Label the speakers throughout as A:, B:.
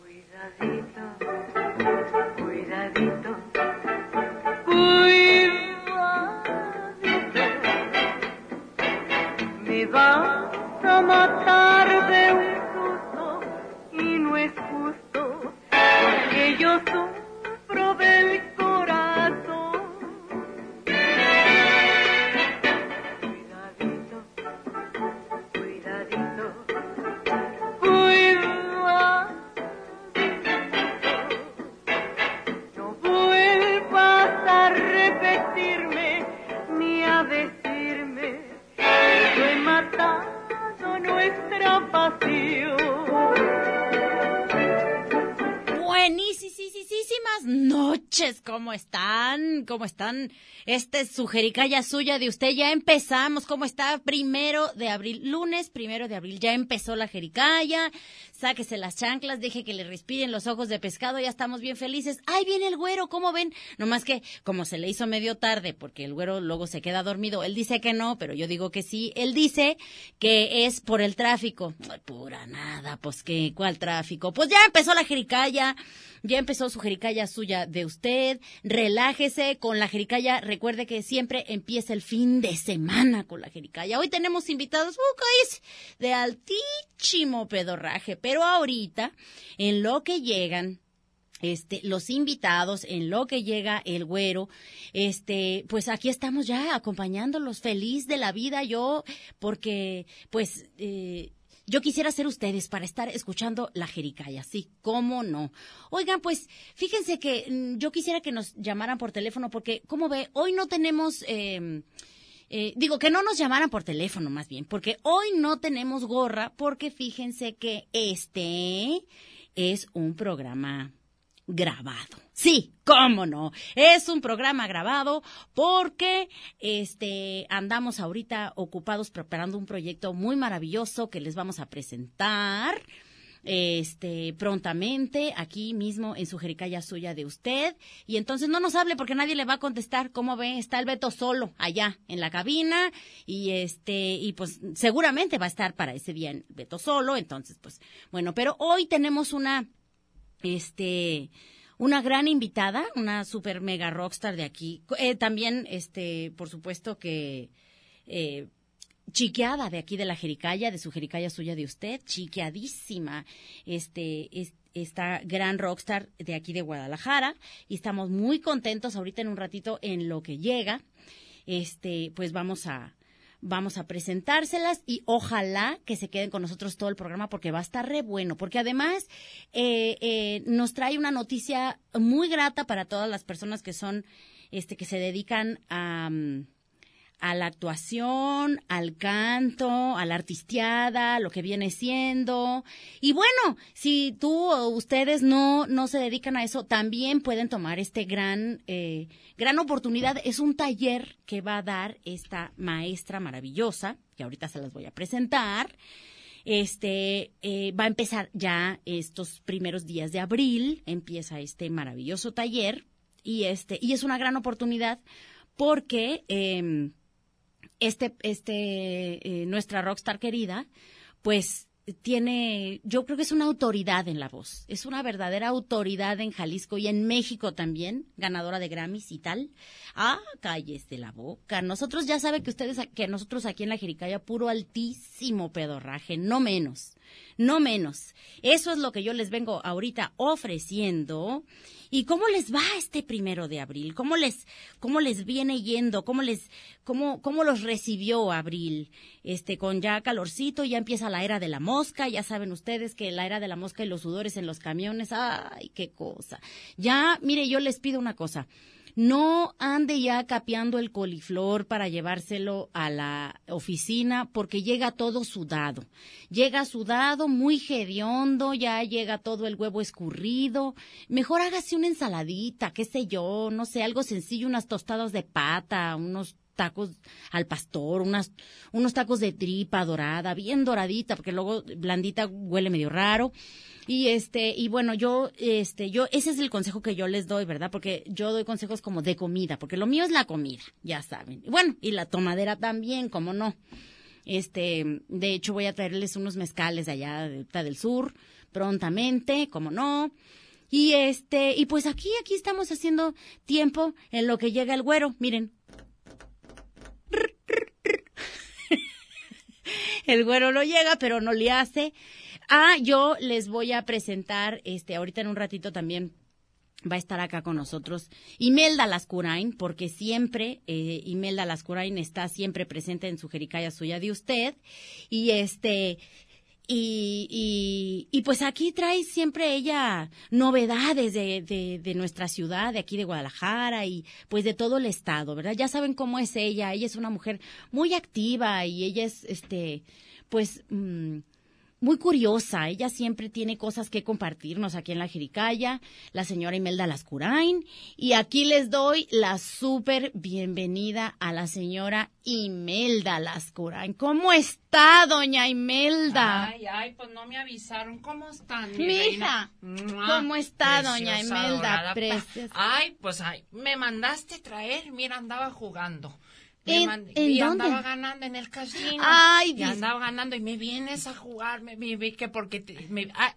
A: Cuidadito, cuidadito, cuidadito. Me vas a matar de un susto y no es justo, porque yo sufro del corazón. Cuidadito, cuidadito, cuidadito. No vuelvas a repetirme ni a decirme que yo he matado nuestra pasión.
B: Buenísimas noches, ¿cómo están? ¿Cómo están? Este es su jericaya suya de usted. Ya empezamos, ¿cómo está? Primero de abril, lunes primero de abril, ya empezó la jericaya. Sáquese las chanclas, deje que le respiren los ojos de pescado, ya estamos bien felices. ¡Ay, viene el güero! ¿Cómo ven? Nomás que, como se le hizo medio tarde, porque el güero luego se queda dormido. Él dice que no, pero yo digo que sí. Él dice que es por el tráfico. Ay, pura nada, pues qué, ¿cuál tráfico? Pues ya empezó la jericaya. Ya empezó su jericaya suya de usted. Relájese con la jericaya. Recuerde que siempre empieza el fin de semana con la jericaya. Hoy tenemos invitados bucais de altísimo pedorraje, pero ahorita, en lo que llegan, este, los invitados, en lo que llega el güero, este, pues aquí estamos ya acompañándolos, feliz de la vida yo, porque, pues, eh, yo quisiera ser ustedes para estar escuchando la jericaya, sí, cómo no. Oigan, pues, fíjense que mm, yo quisiera que nos llamaran por teléfono, porque, como ve, hoy no tenemos, eh, eh, digo, que no nos llamaran por teléfono más bien, porque hoy no tenemos gorra, porque fíjense que este es un programa grabado. Sí, cómo no. Es un programa grabado porque este andamos ahorita ocupados preparando un proyecto muy maravilloso que les vamos a presentar este prontamente aquí mismo en su jericaya suya de usted y entonces no nos hable porque nadie le va a contestar cómo ve está el Beto solo allá en la cabina y este y pues seguramente va a estar para ese día el Beto solo entonces pues bueno pero hoy tenemos una este una gran invitada, una super mega rockstar de aquí. Eh, también, este, por supuesto que eh, chiqueada de aquí de la Jericaya, de su Jericaya suya de usted, chiqueadísima, este, es- esta gran rockstar de aquí de Guadalajara. Y estamos muy contentos ahorita en un ratito en lo que llega. Este, pues vamos a, vamos a presentárselas y ojalá que se queden con nosotros todo el programa porque va a estar re bueno, porque además eh, eh, nos trae una noticia muy grata para todas las personas que son, este, que se dedican a... mm, a la actuación, al canto, a la artisteada, a lo que viene siendo. Y bueno, si tú o ustedes no, no se dedican a eso, también pueden tomar este gran, eh, gran oportunidad. Es un taller que va a dar esta maestra maravillosa, que ahorita se las voy a presentar. Este eh, va a empezar ya estos primeros días de abril, empieza este maravilloso taller y este y es una gran oportunidad porque em, este, este, eh, nuestra rockstar querida, pues tiene, yo creo que es una autoridad en la voz, es una verdadera autoridad en Jalisco y en México también, ganadora de Grammys y tal. Ah, calles de la boca. Nosotros ya saben que ustedes, a- que nosotros aquí en la Jericaya, puro altísimo pedorraje, no menos, no menos. Eso es lo que yo les vengo ahorita ofreciendo. ¿Y cómo les va este primero de abril? ¿Cómo les, cómo les viene yendo? ¿Cómo les, cómo, cómo los recibió abril? Este, con ya calorcito, ya empieza la era de la mosca, ya saben ustedes que la era de la mosca y los sudores en los camiones, ay, qué cosa. Ya, mire, yo les pido una cosa. no ande ya capeando el coliflor para llevárselo a la oficina porque llega todo sudado. Llega sudado, muy hediondo, ya llega todo el huevo escurrido. Mejor hágase una ensaladita, qué sé yo, no sé, algo sencillo, unas tostadas de pata, unos tacos al pastor, unas, unos tacos de tripa dorada, bien doradita, porque luego blandita huele medio raro. Y este, y bueno, yo, este, yo, ese es el consejo que yo les doy, ¿verdad? Porque yo doy consejos como de comida, porque lo mío es la comida, ya saben. Bueno, y la tomadera también, como no. Este, de hecho voy a traerles unos mezcales de allá de, del sur prontamente, como no. Y este, y pues aquí, aquí estamos haciendo tiempo en lo que llega el güero. Miren, el güero no llega, pero no le hace. Ah, yo les voy a presentar, este, ahorita en un ratito también va a estar acá con nosotros Imelda Lascurain, porque siempre eh, Imelda Lascurain está siempre presente en su jericaya suya de usted. Y este, y, y, y, pues aquí trae siempre ella novedades de, de, de, nuestra ciudad, de aquí de Guadalajara y pues de todo el estado, ¿verdad? Ya saben cómo es ella, ella es una mujer muy activa y ella es, este, pues... Mmm, muy curiosa. Ella siempre tiene cosas que compartirnos aquí en la Jericaya, la señora Imelda Lascurain. Y aquí les doy la súper bienvenida a la señora Imelda Lascurain. ¿Cómo está, doña Imelda?
C: Ay, ay, pues no me avisaron. ¿Cómo están?
B: Mi Mija, ¿cómo está, Preciosa, doña Imelda? Preciosa.
C: Ay, pues ay, me mandaste traer. Mira, andaba jugando.
B: ¿En,
C: ¿en
B: y
C: dónde? andaba ganando en el casino.
B: Ay,
C: y andaba ganando y me vienes a jugar, me, vi que porque te, me, ay,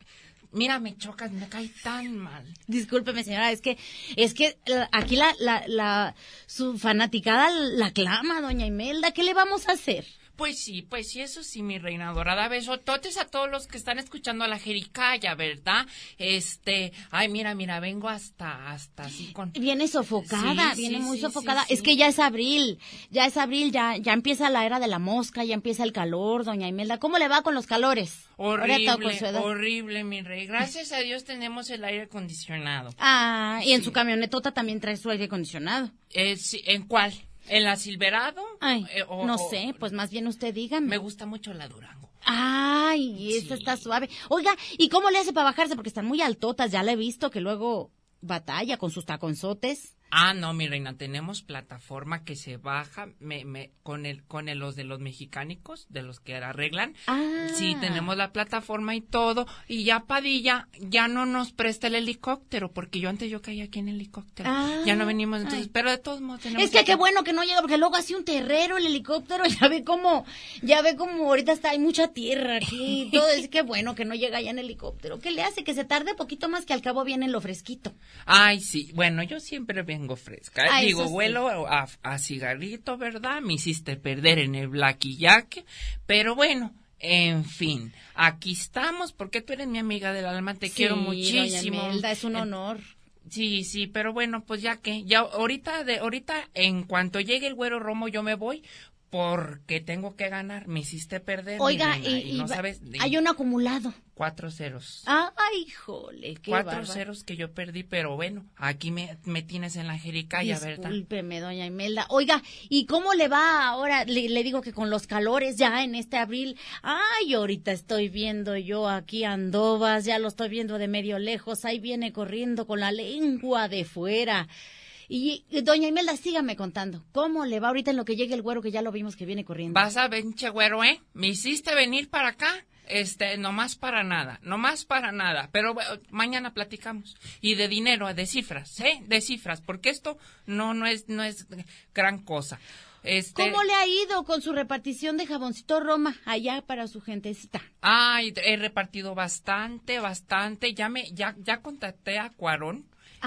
C: mira, me chocas, me cae tan mal.
B: Discúlpeme, señora, es que es que eh, aquí la la, la su fanaticada la clama, doña Imelda, ¿qué le vamos a hacer?
C: Pues sí, pues sí, eso sí, mi reina dorada. Besototes a todos los que están escuchando a la jericaya, ¿verdad? Este, ay, mira, mira, vengo hasta, hasta así con...
B: Viene sofocada, sí, viene sí, muy sí, sofocada. Es que ya es abril, ya es abril, ya, ya empieza la era de la mosca, ya empieza el calor, doña Imelda. ¿Cómo le va con los calores?
C: Horrible, horrible, mi rey. Gracias a Dios tenemos el aire acondicionado.
B: Ah, y en su camionetota también trae su aire acondicionado.
C: Eh, ¿En cuál? ¿En la Silverado?
B: Ay, eh, o, no sé, pues más bien usted dígame.
C: Me gusta mucho la Durango.
B: Ay, esta sí. está suave. Oiga, ¿y cómo le hace para bajarse? Porque están muy altotas, ya la he visto que luego batalla con sus taconzotes.
C: Ah, no, mi reina, tenemos plataforma que se baja me, me, con el con el, los de los mexicánicos, de los que arreglan.
B: Ah.
C: Sí, tenemos la plataforma y todo. Y ya Padilla ya no nos presta el helicóptero, porque yo antes yo caía aquí en el helicóptero.
B: Ah.
C: Ya no venimos entonces, Ay. pero de todos modos tenemos...
B: Es que qué bueno que no llega, porque luego hace un terrero el helicóptero, ya ve como, ya ve como ahorita está, hay mucha tierra aquí. todo es que bueno que no llega ya en helicóptero. ¿Qué le hace? Que se tarde poquito más, que al cabo viene lo fresquito.
C: Ay, sí. Bueno, yo siempre vengo fresca. Ah, Digo, huelo sí. a, a, cigarrito, ¿verdad? Me hiciste perder en el Blacky Jack, pero bueno. En fin, aquí estamos porque tú eres mi amiga del alma, te sí, quiero muchísimo.
B: Doña es un honor.
C: Sí, sí, pero bueno, pues ya que, ya ahorita de ahorita en cuanto llegue el güero Romo yo me voy porque tengo que ganar, me hiciste perder.
B: Oiga,
C: mi reina,
B: y, y, no sabes, de... hay un acumulado.
C: Cuatro ceros.
B: Ah, ay, jole, qué
C: Cuatro
B: barba.
C: ceros que yo perdí, pero bueno, aquí me, me tienes en la jericaya, ¿verdad?
B: Discúlpeme, doña Imelda. Oiga, ¿y cómo le va ahora? Le, le, digo que con los calores ya en este abril. Ay, ahorita estoy viendo yo aquí Andovas, ya lo estoy viendo de medio lejos, ahí viene corriendo con la lengua de fuera. Y doña Imelda, sígame contando. ¿Cómo le va ahorita en lo que llegue el güero que ya lo vimos que viene corriendo?
C: Vas a venche güero, ¿eh? Me hiciste venir para acá. Este, nomás para nada, nomás para nada. Pero bueno, mañana platicamos. Y de dinero, de cifras, ¿eh? De cifras, porque esto no, no es, no es gran cosa. Este...
B: ¿Cómo le ha ido con su repartición de jaboncito Roma allá para su gentecita?
C: Ay, he repartido bastante, bastante. Ya me, ya, ya contacté a Cuarón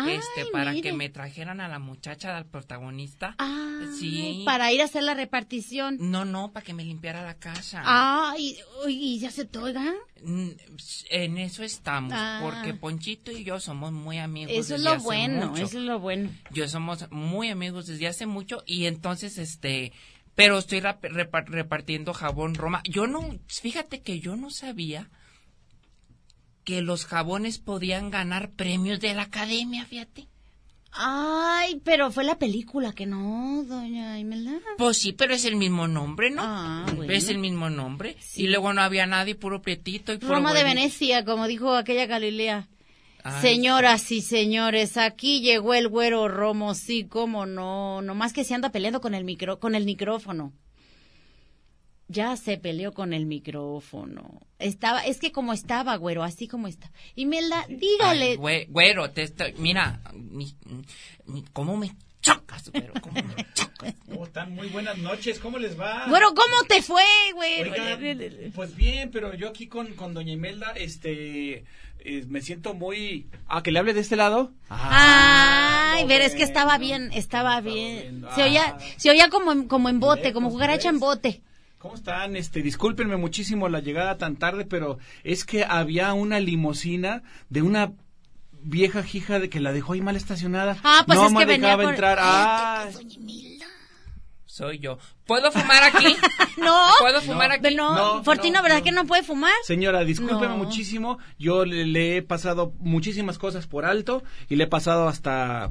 C: este
B: Ay,
C: para
B: mire.
C: que me trajeran a la muchacha del protagonista.
B: Ah,
C: sí.
B: Para ir a hacer la repartición.
C: No, no, para que me limpiara la casa.
B: Ah, y, y ya se toga.
C: En eso estamos,
B: Ah.
C: porque Ponchito y yo somos muy amigos.
B: Eso es
C: desde
B: lo
C: hace
B: bueno,
C: mucho.
B: eso es lo bueno.
C: Yo somos muy amigos desde hace mucho y entonces este pero estoy rap- repa- repartiendo jabón Roma. Yo no, fíjate que yo no sabía que los jabones podían ganar premios de la academia, fíjate.
B: Ay, pero fue la película que no, doña Imelda.
C: Pues sí, pero es el mismo nombre, ¿no?
B: Ah, bueno.
C: Es el mismo nombre.
B: Sí.
C: Y luego no había nadie, puro prietito y puro
B: Roma de
C: güerito.
B: Venecia, como dijo aquella Galilea.
C: Ay.
B: Señoras y señores, aquí llegó el güero Romo, sí, cómo no, nomás que se anda peleando con el micro, con el micrófono. Ya se peleó con el micrófono. Estaba, es que como estaba, güero, así como está. Imelda, dígale.
C: Ay, güe- güero, te estoy. Mira, mi- mi- ¿cómo me chocas, güero? ¿Cómo me chocas?
D: ¿Cómo están? Muy buenas noches, ¿cómo les va?
B: Güero, ¿cómo te fue,
D: Oiga,
B: güero?
D: pues bien, pero yo aquí con, con Doña Imelda, este, eh, me siento muy... Ah, que le hable de este lado.
B: Ay,
C: Ah,
D: no,
B: pero es que
D: bueno.
B: estaba bien, estaba
D: Estaba
B: bien.
D: bien,
B: Se
D: ah.
B: oía, se oía como, en- como en bote, como
D: Lejos,
B: cucaracha en
D: ¿ves?
B: bote.
D: ¿Cómo están? Este, discúlpenme muchísimo la llegada tan tarde, pero es que había una limusina de una vieja jija de que la dejó ahí mal estacionada.
B: Ah, pues
D: no
B: es
D: me
B: que venía
D: dejaba
B: por-
D: entrar. Ah,
C: Soy yo. ¿Puedo fumar aquí?
B: No.
C: ¿Puedo Ah, fumar aquí?
B: No,
D: No,
B: Fortino,
D: no,
B: ¿verdad
D: no.
B: que no puede fumar?
D: Señora, discúlpeme
B: No.
D: muchísimo. Yo le, le he pasado muchísimas cosas por alto y le he pasado hasta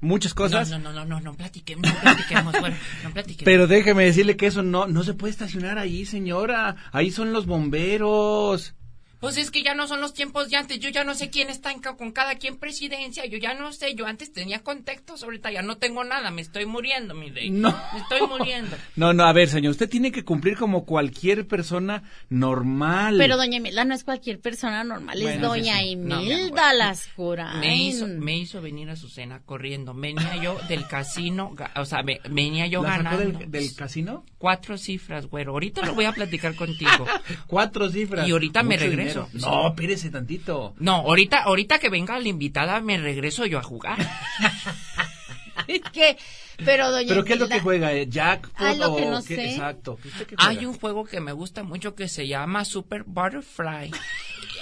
D: muchas cosas.
C: No, no, no, no, no, no platiquemos, no platiquemos, güero, no platiquemos.
D: Pero déjeme decirle que eso no, no se puede estacionar ahí, señora. Ahí son los bomberos.
C: Pues es que ya no son los tiempos de antes. Yo ya no sé quién está en ca- con cada quien presidencia. Yo ya no sé. Yo antes tenía contextos. Ahorita ya no tengo nada. Me estoy muriendo, mi rey.
D: No.
C: Me estoy muriendo.
D: No, no, a ver, señor, usted tiene que cumplir como cualquier persona normal.
B: Pero doña Imelda no es cualquier persona normal, es
D: Bueno,
B: doña
C: sí, sí. No, mi
B: Imelda
C: amor.
B: las cura.
C: Me hizo, me hizo venir a su cena corriendo. Venía yo del casino. ga- O sea, ve- venía yo
D: ¿La sacó
C: ganando.
D: del, del casino?
C: Cuatro cifras, güero. Ahorita lo voy a platicar contigo.
D: Cuatro cifras.
C: Y ahorita me regreso.
D: dinero. No, espérese tantito.
C: No, ahorita, ahorita que venga la invitada, me regreso yo a jugar.
B: ¿Qué? Pero doña
D: ¿Pero qué es lo
B: Imelda-
D: que juega? eh? ¿Jack?
B: Ah, lo que no
D: qué?
B: sé.
D: Exacto. ¿Usted qué juega?
C: Hay un juego que me gusta mucho que se llama Super Butterfly.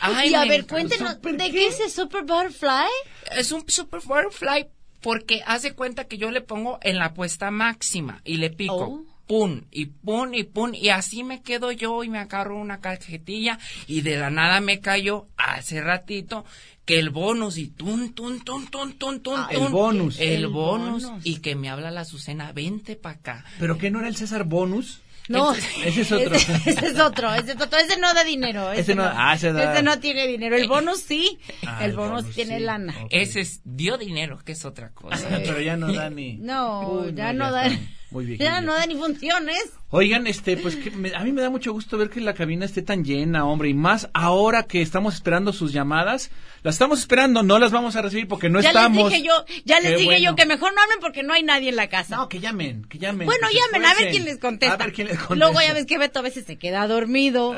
C: Ay,
B: Y a
C: me
B: ver,
C: encanta.
B: cuéntenos, ¿de qué es el Super Butterfly?
C: Es un super butterfly porque hace cuenta que yo le pongo en la apuesta máxima y le pico.
B: Oh.
C: Pum, y pum, y pum, y así me quedo yo y me agarro una cajetilla y de la nada me cayó hace ratito que el bonus y tun, tun, tun, tun, tun, tun,
D: Ah, el
C: tun,
D: bonus.
C: El,
B: El
C: bonus,
B: bonus.
C: y que me habla la Azucena, vente pa' acá.
D: ¿Pero qué no era el César Bonus?
B: No,
D: Ese es otro.
B: Ese, ese es otro, ese es otro, ese no da dinero. Ese,
D: Ese
B: no,
D: no- ah, ese da-
B: ese no tiene dinero. El bonus sí,
D: Ah,
B: el
D: el
B: bonus,
D: bonus
B: tiene
D: sí.
B: lana.
D: Ok.
C: Ese es, dio dinero, que es otra cosa.
D: Pero ya no da ni...
B: No,
D: Uy,
B: ya no da,
D: están Muy viejillos.
B: ya no da ni funciones.
D: Oigan, este, pues que me- a mí me da mucho gusto ver que la cabina esté tan llena, hombre, y más ahora que estamos esperando sus llamadas. Las estamos esperando, no las vamos a recibir porque no
B: ya
D: estamos.
B: les dije yo, ya les
D: Qué
B: dije yo
D: bueno.
B: que mejor no hablen porque no hay nadie en la casa.
D: No, que llamen, que llamen.
B: Bueno,
D: que se
B: llamen, a ver
D: esfuercen.
B: quién les contesta.
D: A ver quién les contesta.
B: Luego ya ves que Beto a veces se queda dormido.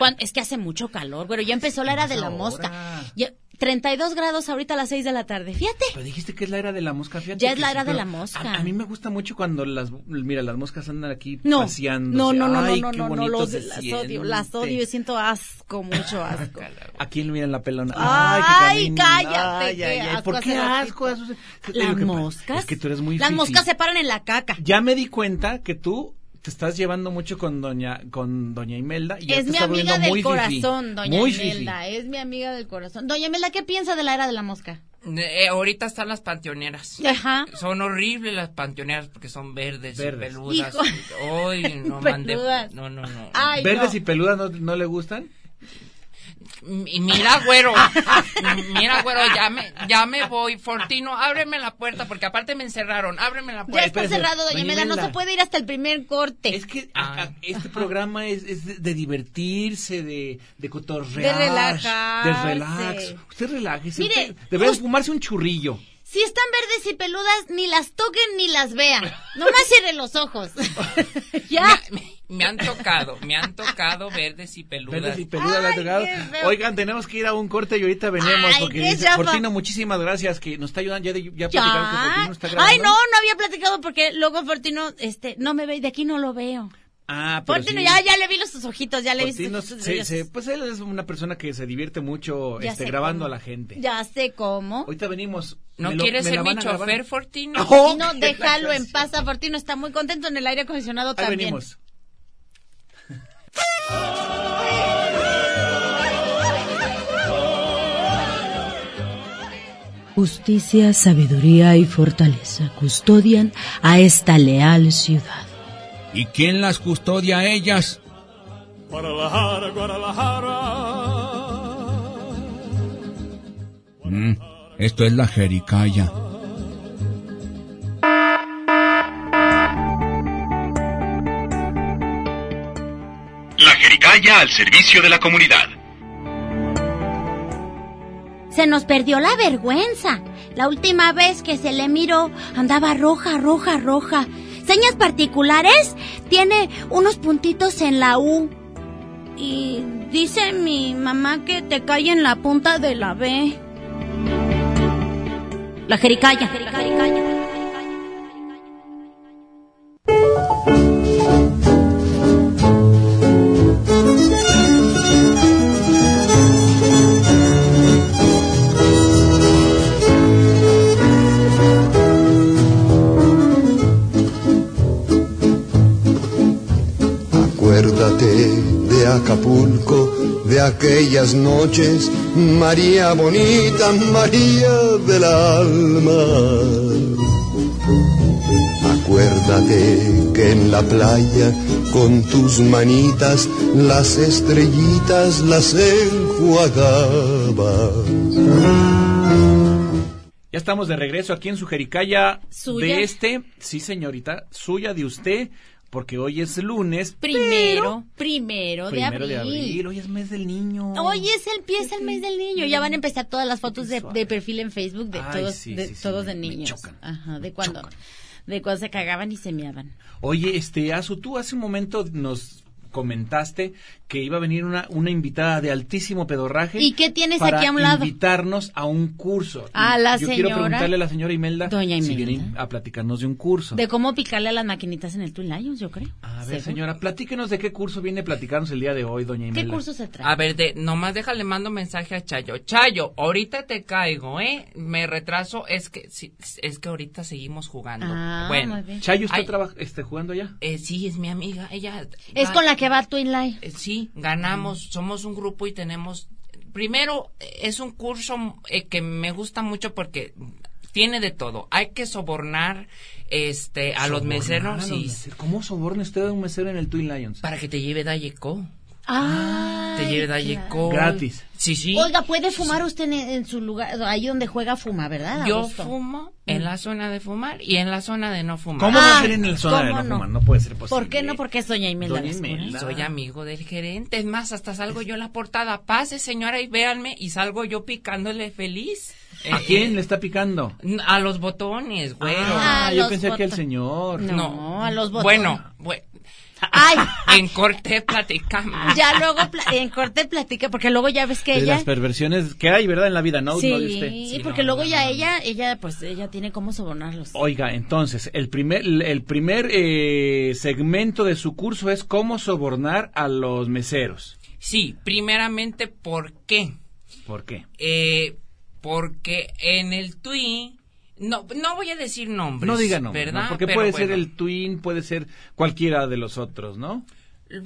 B: Cuan- es que hace mucho calor, güero. Ya empezó la era de la
D: Ahora.
B: mosca. Ya- 32 grados ahorita a las 6 de la tarde. Fíjate.
D: Pero dijiste que es la era de la mosca, fíjate.
B: Ya es
D: que
B: la
D: sí,
B: era de
D: pero
B: la mosca.
D: A, a mí me gusta mucho cuando las, mira, las moscas andan aquí
B: No.
D: paseando.
B: No, no, no, no,
D: Ay,
B: no,
D: qué
B: no, no,
D: bonito
B: los-
D: se
B: las odio,
D: siente.
B: las odio. Siento asco, mucho asco.
D: Aquí le miran la pelona.
B: Ay,
D: que caminen.
B: cállate,
D: Ay,
B: qué
D: ay, ay.
B: asco
D: ¿Por qué
B: hace
D: asco? Azucena? ¿Qué te digo
B: Las
D: que pasa?
B: moscas.
D: Es que tú eres muy
B: Las
D: fifí.
B: moscas se paran en la caca.
D: Ya me di cuenta que tú te estás llevando mucho con doña con doña Imelda y ya
B: es
D: te
B: mi
D: está
B: amiga
D: volviendo
B: del
D: muy fifí.
B: corazón, doña
D: Muy fifí.
B: Imelda. Es mi amiga del corazón. Doña Imelda, ¿qué piensa de la era de la mosca?
C: Eh, ahorita están las panteoneras.
B: Ajá.
C: Son horribles las panteoneras porque son verdes, y
D: Verdes.
C: peludas.
B: Hijo.
C: Ay, no mandé.
B: Peludas. Ah.
C: No, no, no.
B: Ay,
D: Verdes
B: no.
D: y peludas no, no le gustan.
C: Y mira, güero.
B: Ah.
C: mira, güero, ya me, ya me voy. Fortino, ábreme la puerta porque aparte me encerraron. Ábreme la
B: Ya
C: puerta.
B: está
D: espérese,
B: cerrado, doña
D: doña
B: Imelda. No
D: Imelda.
B: se puede ir hasta el primer corte.
D: Es que a- a- este programa es, es de, de divertirse, de, de cotorrear,
B: De relajarse.
D: de relax. Usted relájese.
B: Mire,
D: usted debería
B: just-
D: fumarse un churrillo.
B: Si están verdes y peludas, ni las toquen ni las vean. Nomás cierren los ojos. ya.
C: Me, me han tocado, me han tocado verdes y peludas.
D: Verdes y peludas, la
B: Ay,
D: tocado.
B: qué feo.
D: Oigan, tenemos que ir a un corte y ahorita venimos
B: Ay,
D: porque
B: qué
D: dice,
B: chafa.
D: Fortino, muchísimas gracias que nos está ayudando ya de, ya, platicaron que
B: Ya.
D: Fortino está
B: Ay,
D: grabando.
B: no, no había platicado porque luego Fortino, este, no me ve, de aquí no lo veo.
D: Ah, pero
B: Fortino,
D: sí.
B: ya, ya le vi los ojos, ya le vi
D: Fortino
B: sus
D: se-
B: sus
D: se-
B: brillos.
D: se- pues él es una persona que se divierte mucho
B: Ya
D: este,
B: sé
D: grabando
B: cómo.
D: a la gente.
B: Ya sé cómo.
D: Ahorita venimos.
C: ¿No
D: Me lo-
C: quieres
D: me la
C: ser mi
D: van a grabar.
C: chofer, Fortino?
D: Ojo.
B: Y no, déjalo en paz. a Fortino está muy contento en el aire acondicionado
D: Ahí
B: también.
D: venimos.
E: Justicia, sabiduría y fortaleza custodian a esta leal ciudad.
F: ¿Y quién las custodia a ellas?
G: Guadalajara, Guadalajara.
F: Mm, esto es la Jericaya.
H: La Jericaya al servicio de la comunidad.
B: Se nos perdió la vergüenza. La última vez que se le miró andaba roja, roja, roja. Señas particulares, tiene unos puntitos en la U. Y dice mi mamá que te cae en la punta de la B. La jericaya.
I: Acuérdate de Acapulco, de aquellas noches, María bonita, María del alma. Acuérdate que en la playa, con tus manitas, las estrellitas las enjuagabas.
D: Ya estamos de regreso aquí en su jericaya
B: ¿Suya?
D: de este, sí señorita, suya de usted, porque hoy es lunes.
B: Primero, primero, de,
D: Primero
B: abril.
D: de abril, hoy es mes del niño.
B: Hoy es el empieza el mes del niño. Ya van a empezar todas las fotos de, de perfil en Facebook de
D: Ay,
B: todos,
D: sí,
B: de,
D: sí, sí,
B: todos
D: me-
B: de
D: me
B: niños.
D: chocan,
B: Ajá, de cuando, de cuando se cagaban y se meaban.
D: Oye, este, Azu, tú hace un momento nos comentaste que iba a venir una, una invitada de altísimo pedorraje.
B: ¿Y qué tienes
D: para
B: aquí a un lado?
D: invitarnos a un curso. Y
B: A la
D: Yo
B: señora-
D: quiero preguntarle a la señora Imelda
B: Doña
D: si
B: Imelda.
D: viene a platicarnos de un curso.
B: De cómo picarle a las maquinitas en el Twin Lions, yo creo.
D: A ver,
B: Seguro.
D: señora, platíquenos de qué curso viene a platicarnos el día de hoy, doña Imelda.
B: ¿Qué curso se trae?
C: A ver, de, nomás déjale mando mensaje a Chayo. Chayo, ahorita te caigo, ¿eh? Me retraso, es que sí, es que ahorita seguimos jugando.
B: Ah,
C: bueno,
B: muy bien.
D: Chayo está
C: Ay.
D: traba- este, jugando allá.
C: eh, sí, es mi amiga, ella.
B: Es
C: ga-
B: con la que va Twin Lions.
C: eh, sí, ganamos, somos un grupo y tenemos. Primero, eh, es un curso eh, que me gusta mucho porque tiene de todo. Hay que sobornar este a los
D: Sobornar
C: meseros
D: a los
C: y
D: meseros. ¿Cómo soborna usted a un mesero en el Twin Lions?
C: para que te lleve Dayeco.
B: Ah,
C: Te lleve Dayeco.
D: Gratis.
C: Sí, sí.
B: Oiga, puede fumar usted en, en su lugar, ahí donde juega fuma, ¿verdad? a
C: Yo
B: gusto?
C: fumo
B: Mm.
C: en la zona de fumar y en la zona de no fumar.
D: ¿Cómo va
B: Ah,
D: a ser en el zona de
B: ¿cómo
D: no,
B: no?
D: fumar? No puede ser posible.
B: ¿Por qué no? Porque es Doña Imelda.
D: Doña
B: Lascura.
D: Imelda.
C: Soy amigo del gerente. Es más, hasta salgo yo en la portada. Pase, señora, y véanme. Y salgo yo picándole feliz.
D: ¿A
C: Eh,
D: quién le
C: eh,
D: está picando?
C: A los botones, güero.
D: Ah,
B: A
D: yo
B: los
D: pensé que al
B: botones.
D: señor.
B: No, a los botones.
C: Bueno, bue-
B: Ay,
C: en corte platicamos.
B: ya luego pla- en corte platica, porque luego ya ves que
D: De
B: ella...
D: las perversiones que hay, ¿verdad? En la vida, ¿no?
B: sí,
D: No de este, usted.
B: porque luego ya ella, ella, pues ella tiene cómo sobornarlos.
D: Oiga, entonces, el primer, el primer eh, segmento de su curso es cómo sobornar a los meseros.
C: Sí, primeramente, ¿por qué?
D: ¿Por qué?
C: Eh, porque en el tweet. No, no voy a decir nombres.
D: No diga nombres,
C: ¿verdad?
D: ¿no? Porque
C: Pero
D: puede ser
C: bueno.
D: el twin, puede ser cualquiera de los otros, ¿no?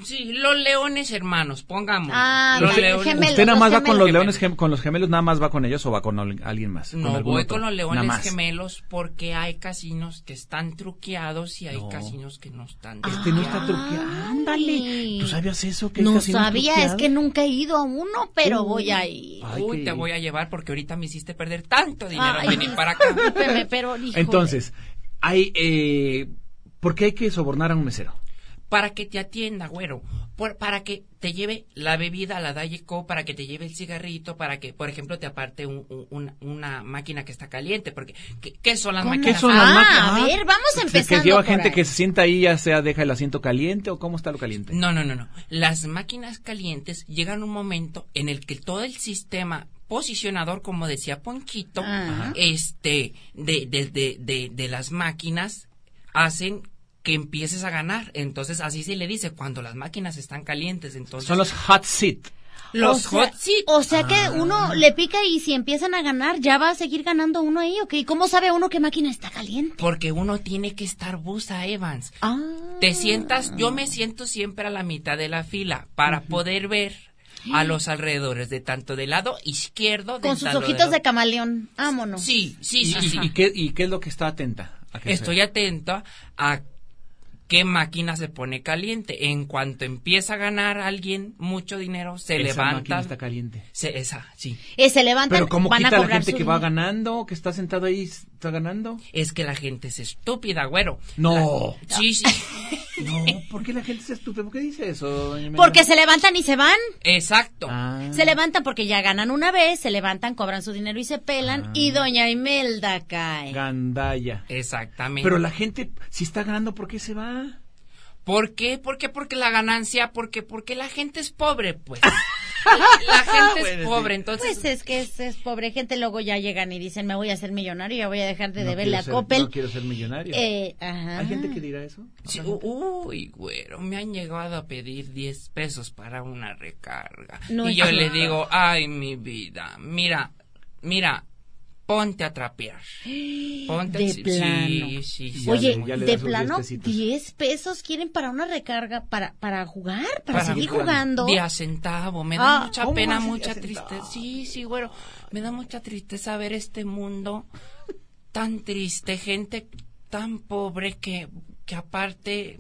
C: Sí, los leones hermanos, pongamos.
B: Ah,
C: los
B: usted-
C: leones.
B: gemelos,
D: ¿Usted nada
B: los
D: más va con los
B: gemelos.
D: leones, gem- con los gemelos, nada más va con ellos o va con al- alguien más?
C: No
D: algún
C: voy
D: otro?
C: con los
D: Nada
C: leones
D: más.
C: gemelos porque hay casinos que están truqueados y hay
D: No.
C: casinos que no están
D: Este no está
B: Ah,
D: truqueado. Ándale. ¿Tú sabías eso? Que hay
B: No
D: casinos
B: sabía, es
D: truqueados?
B: que nunca he ido a uno, pero voy a ir.
D: Ay,
C: Uy,
D: qué-
C: te voy a llevar porque ahorita me hiciste perder tanto dinero
B: Ah, Ay,
C: venir para acá.
B: discúlpeme, pero, híjole.
D: Entonces, hay, eh, ¿por qué hay que sobornar a un mesero?
C: Para que te atienda, güero. Por- para que te lleve la bebida, la Dayeco, para que te lleve el cigarrito, para que, por ejemplo, te aparte un- un- una, una máquina que está caliente. Porque, ¿qué, qué son las
B: ¿Cómo?
C: máquinas?
D: ¿Qué son
B: Ah,
D: las máquinas?
B: a ver, vamos
D: Sí,
B: empezando
D: Que lleva
B: por
D: gente
B: ahí.
D: que se sienta ahí, ya sea deja el asiento caliente o cómo está lo caliente.
C: No, no, no, no. Las máquinas calientes llegan un momento en el que todo el sistema posicionador, como decía Ponchito,
B: Ajá.
C: este, de, de, de, de, de las máquinas hacen que empieces a ganar. Entonces, así se le dice, cuando las máquinas están calientes, entonces...
D: Son los hot seat.
C: los
B: o sea,
C: hot seat.
B: O sea
D: Ah.
B: que uno le pica y si empiezan a ganar, ya va a seguir ganando uno ahí, ¿ok? ¿Y ¿Cómo sabe uno qué máquina está caliente?
C: Porque uno tiene que estar busa, Evans.
B: Ah.
C: Te sientas, yo me siento siempre a la mitad de la fila para poder ver a los alrededores, de tanto del lado izquierdo.
B: Con
C: del
B: sus
C: lado
B: ojitos de
C: derecho.
B: camaleón. Vámonos.
C: Sí, sí, sí.
D: ¿Y,
C: sí.
D: y qué, ¿Y qué es lo que está atenta? ¿A qué se-
C: Estoy atenta a qué máquina se pone caliente. En cuanto empieza a ganar alguien mucho dinero, se
D: Esa
C: levanta.
D: máquina está caliente.
C: se- esa, sí.
B: Y Eh, se levantan,
D: Pero ¿cómo
B: van a
D: quita la
B: cobrar
D: gente
B: sus-
D: que va ganando, que está sentado ahí, está ganando?
C: Es que la gente es estúpida, güero.
D: No.
C: La- sí, sí.
D: No, ¿por qué la gente se estúpida? ¿Por qué dice eso? doña Mena?
B: Porque se levantan y se van.
C: Exacto.
D: Ah.
B: Se levantan porque ya ganan una vez, se levantan, cobran su dinero y se
D: Ah.
B: pelan. Y doña Imelda cae.
D: Gandalla.
C: Exactamente.
D: Pero la gente, si está ganando, ¿por qué se va?
C: ¿Por qué? ¿Por qué? Porque la ganancia, porque porque la gente es pobre, pues. la gente
D: Bueno, sí.
C: es pobre, entonces
B: Pues es que es, es pobre gente, luego ya llegan y dicen, me voy a hacer millonario, ya voy a dejar de
D: No
B: deberle
D: quiero
B: a
D: ser-
B: Coppel.
D: No quiero ser millonario.
B: Eh, ajá.
D: ¿Hay gente que dirá eso?
C: Sí, u- uy, güero, me han llegado a pedir 10 pesos para una recarga.
B: No
C: y
B: es
C: yo
B: cierto.
C: le digo, ay, mi vida, mira, mira, ponte a trapear. Ponte
B: De
C: a... sí,
B: plano.
C: Sí, sí, sí.
B: Oye,
D: le- ya le
B: de
D: das sus
B: plano,
D: 10 pesitos.
B: 10 pesos quieren para una recarga, para, para jugar, para,
C: Para
B: seguir
D: jugar.
B: jugando.
C: De a centavo, me da
B: Ah,
C: mucha
D: ¿cómo
C: pena,
D: así de a
C: mucha
D: centavo?
C: tristeza. Sí, sí, güero, me da mucha tristeza ver este mundo tan triste, gente tan pobre que, que aparte,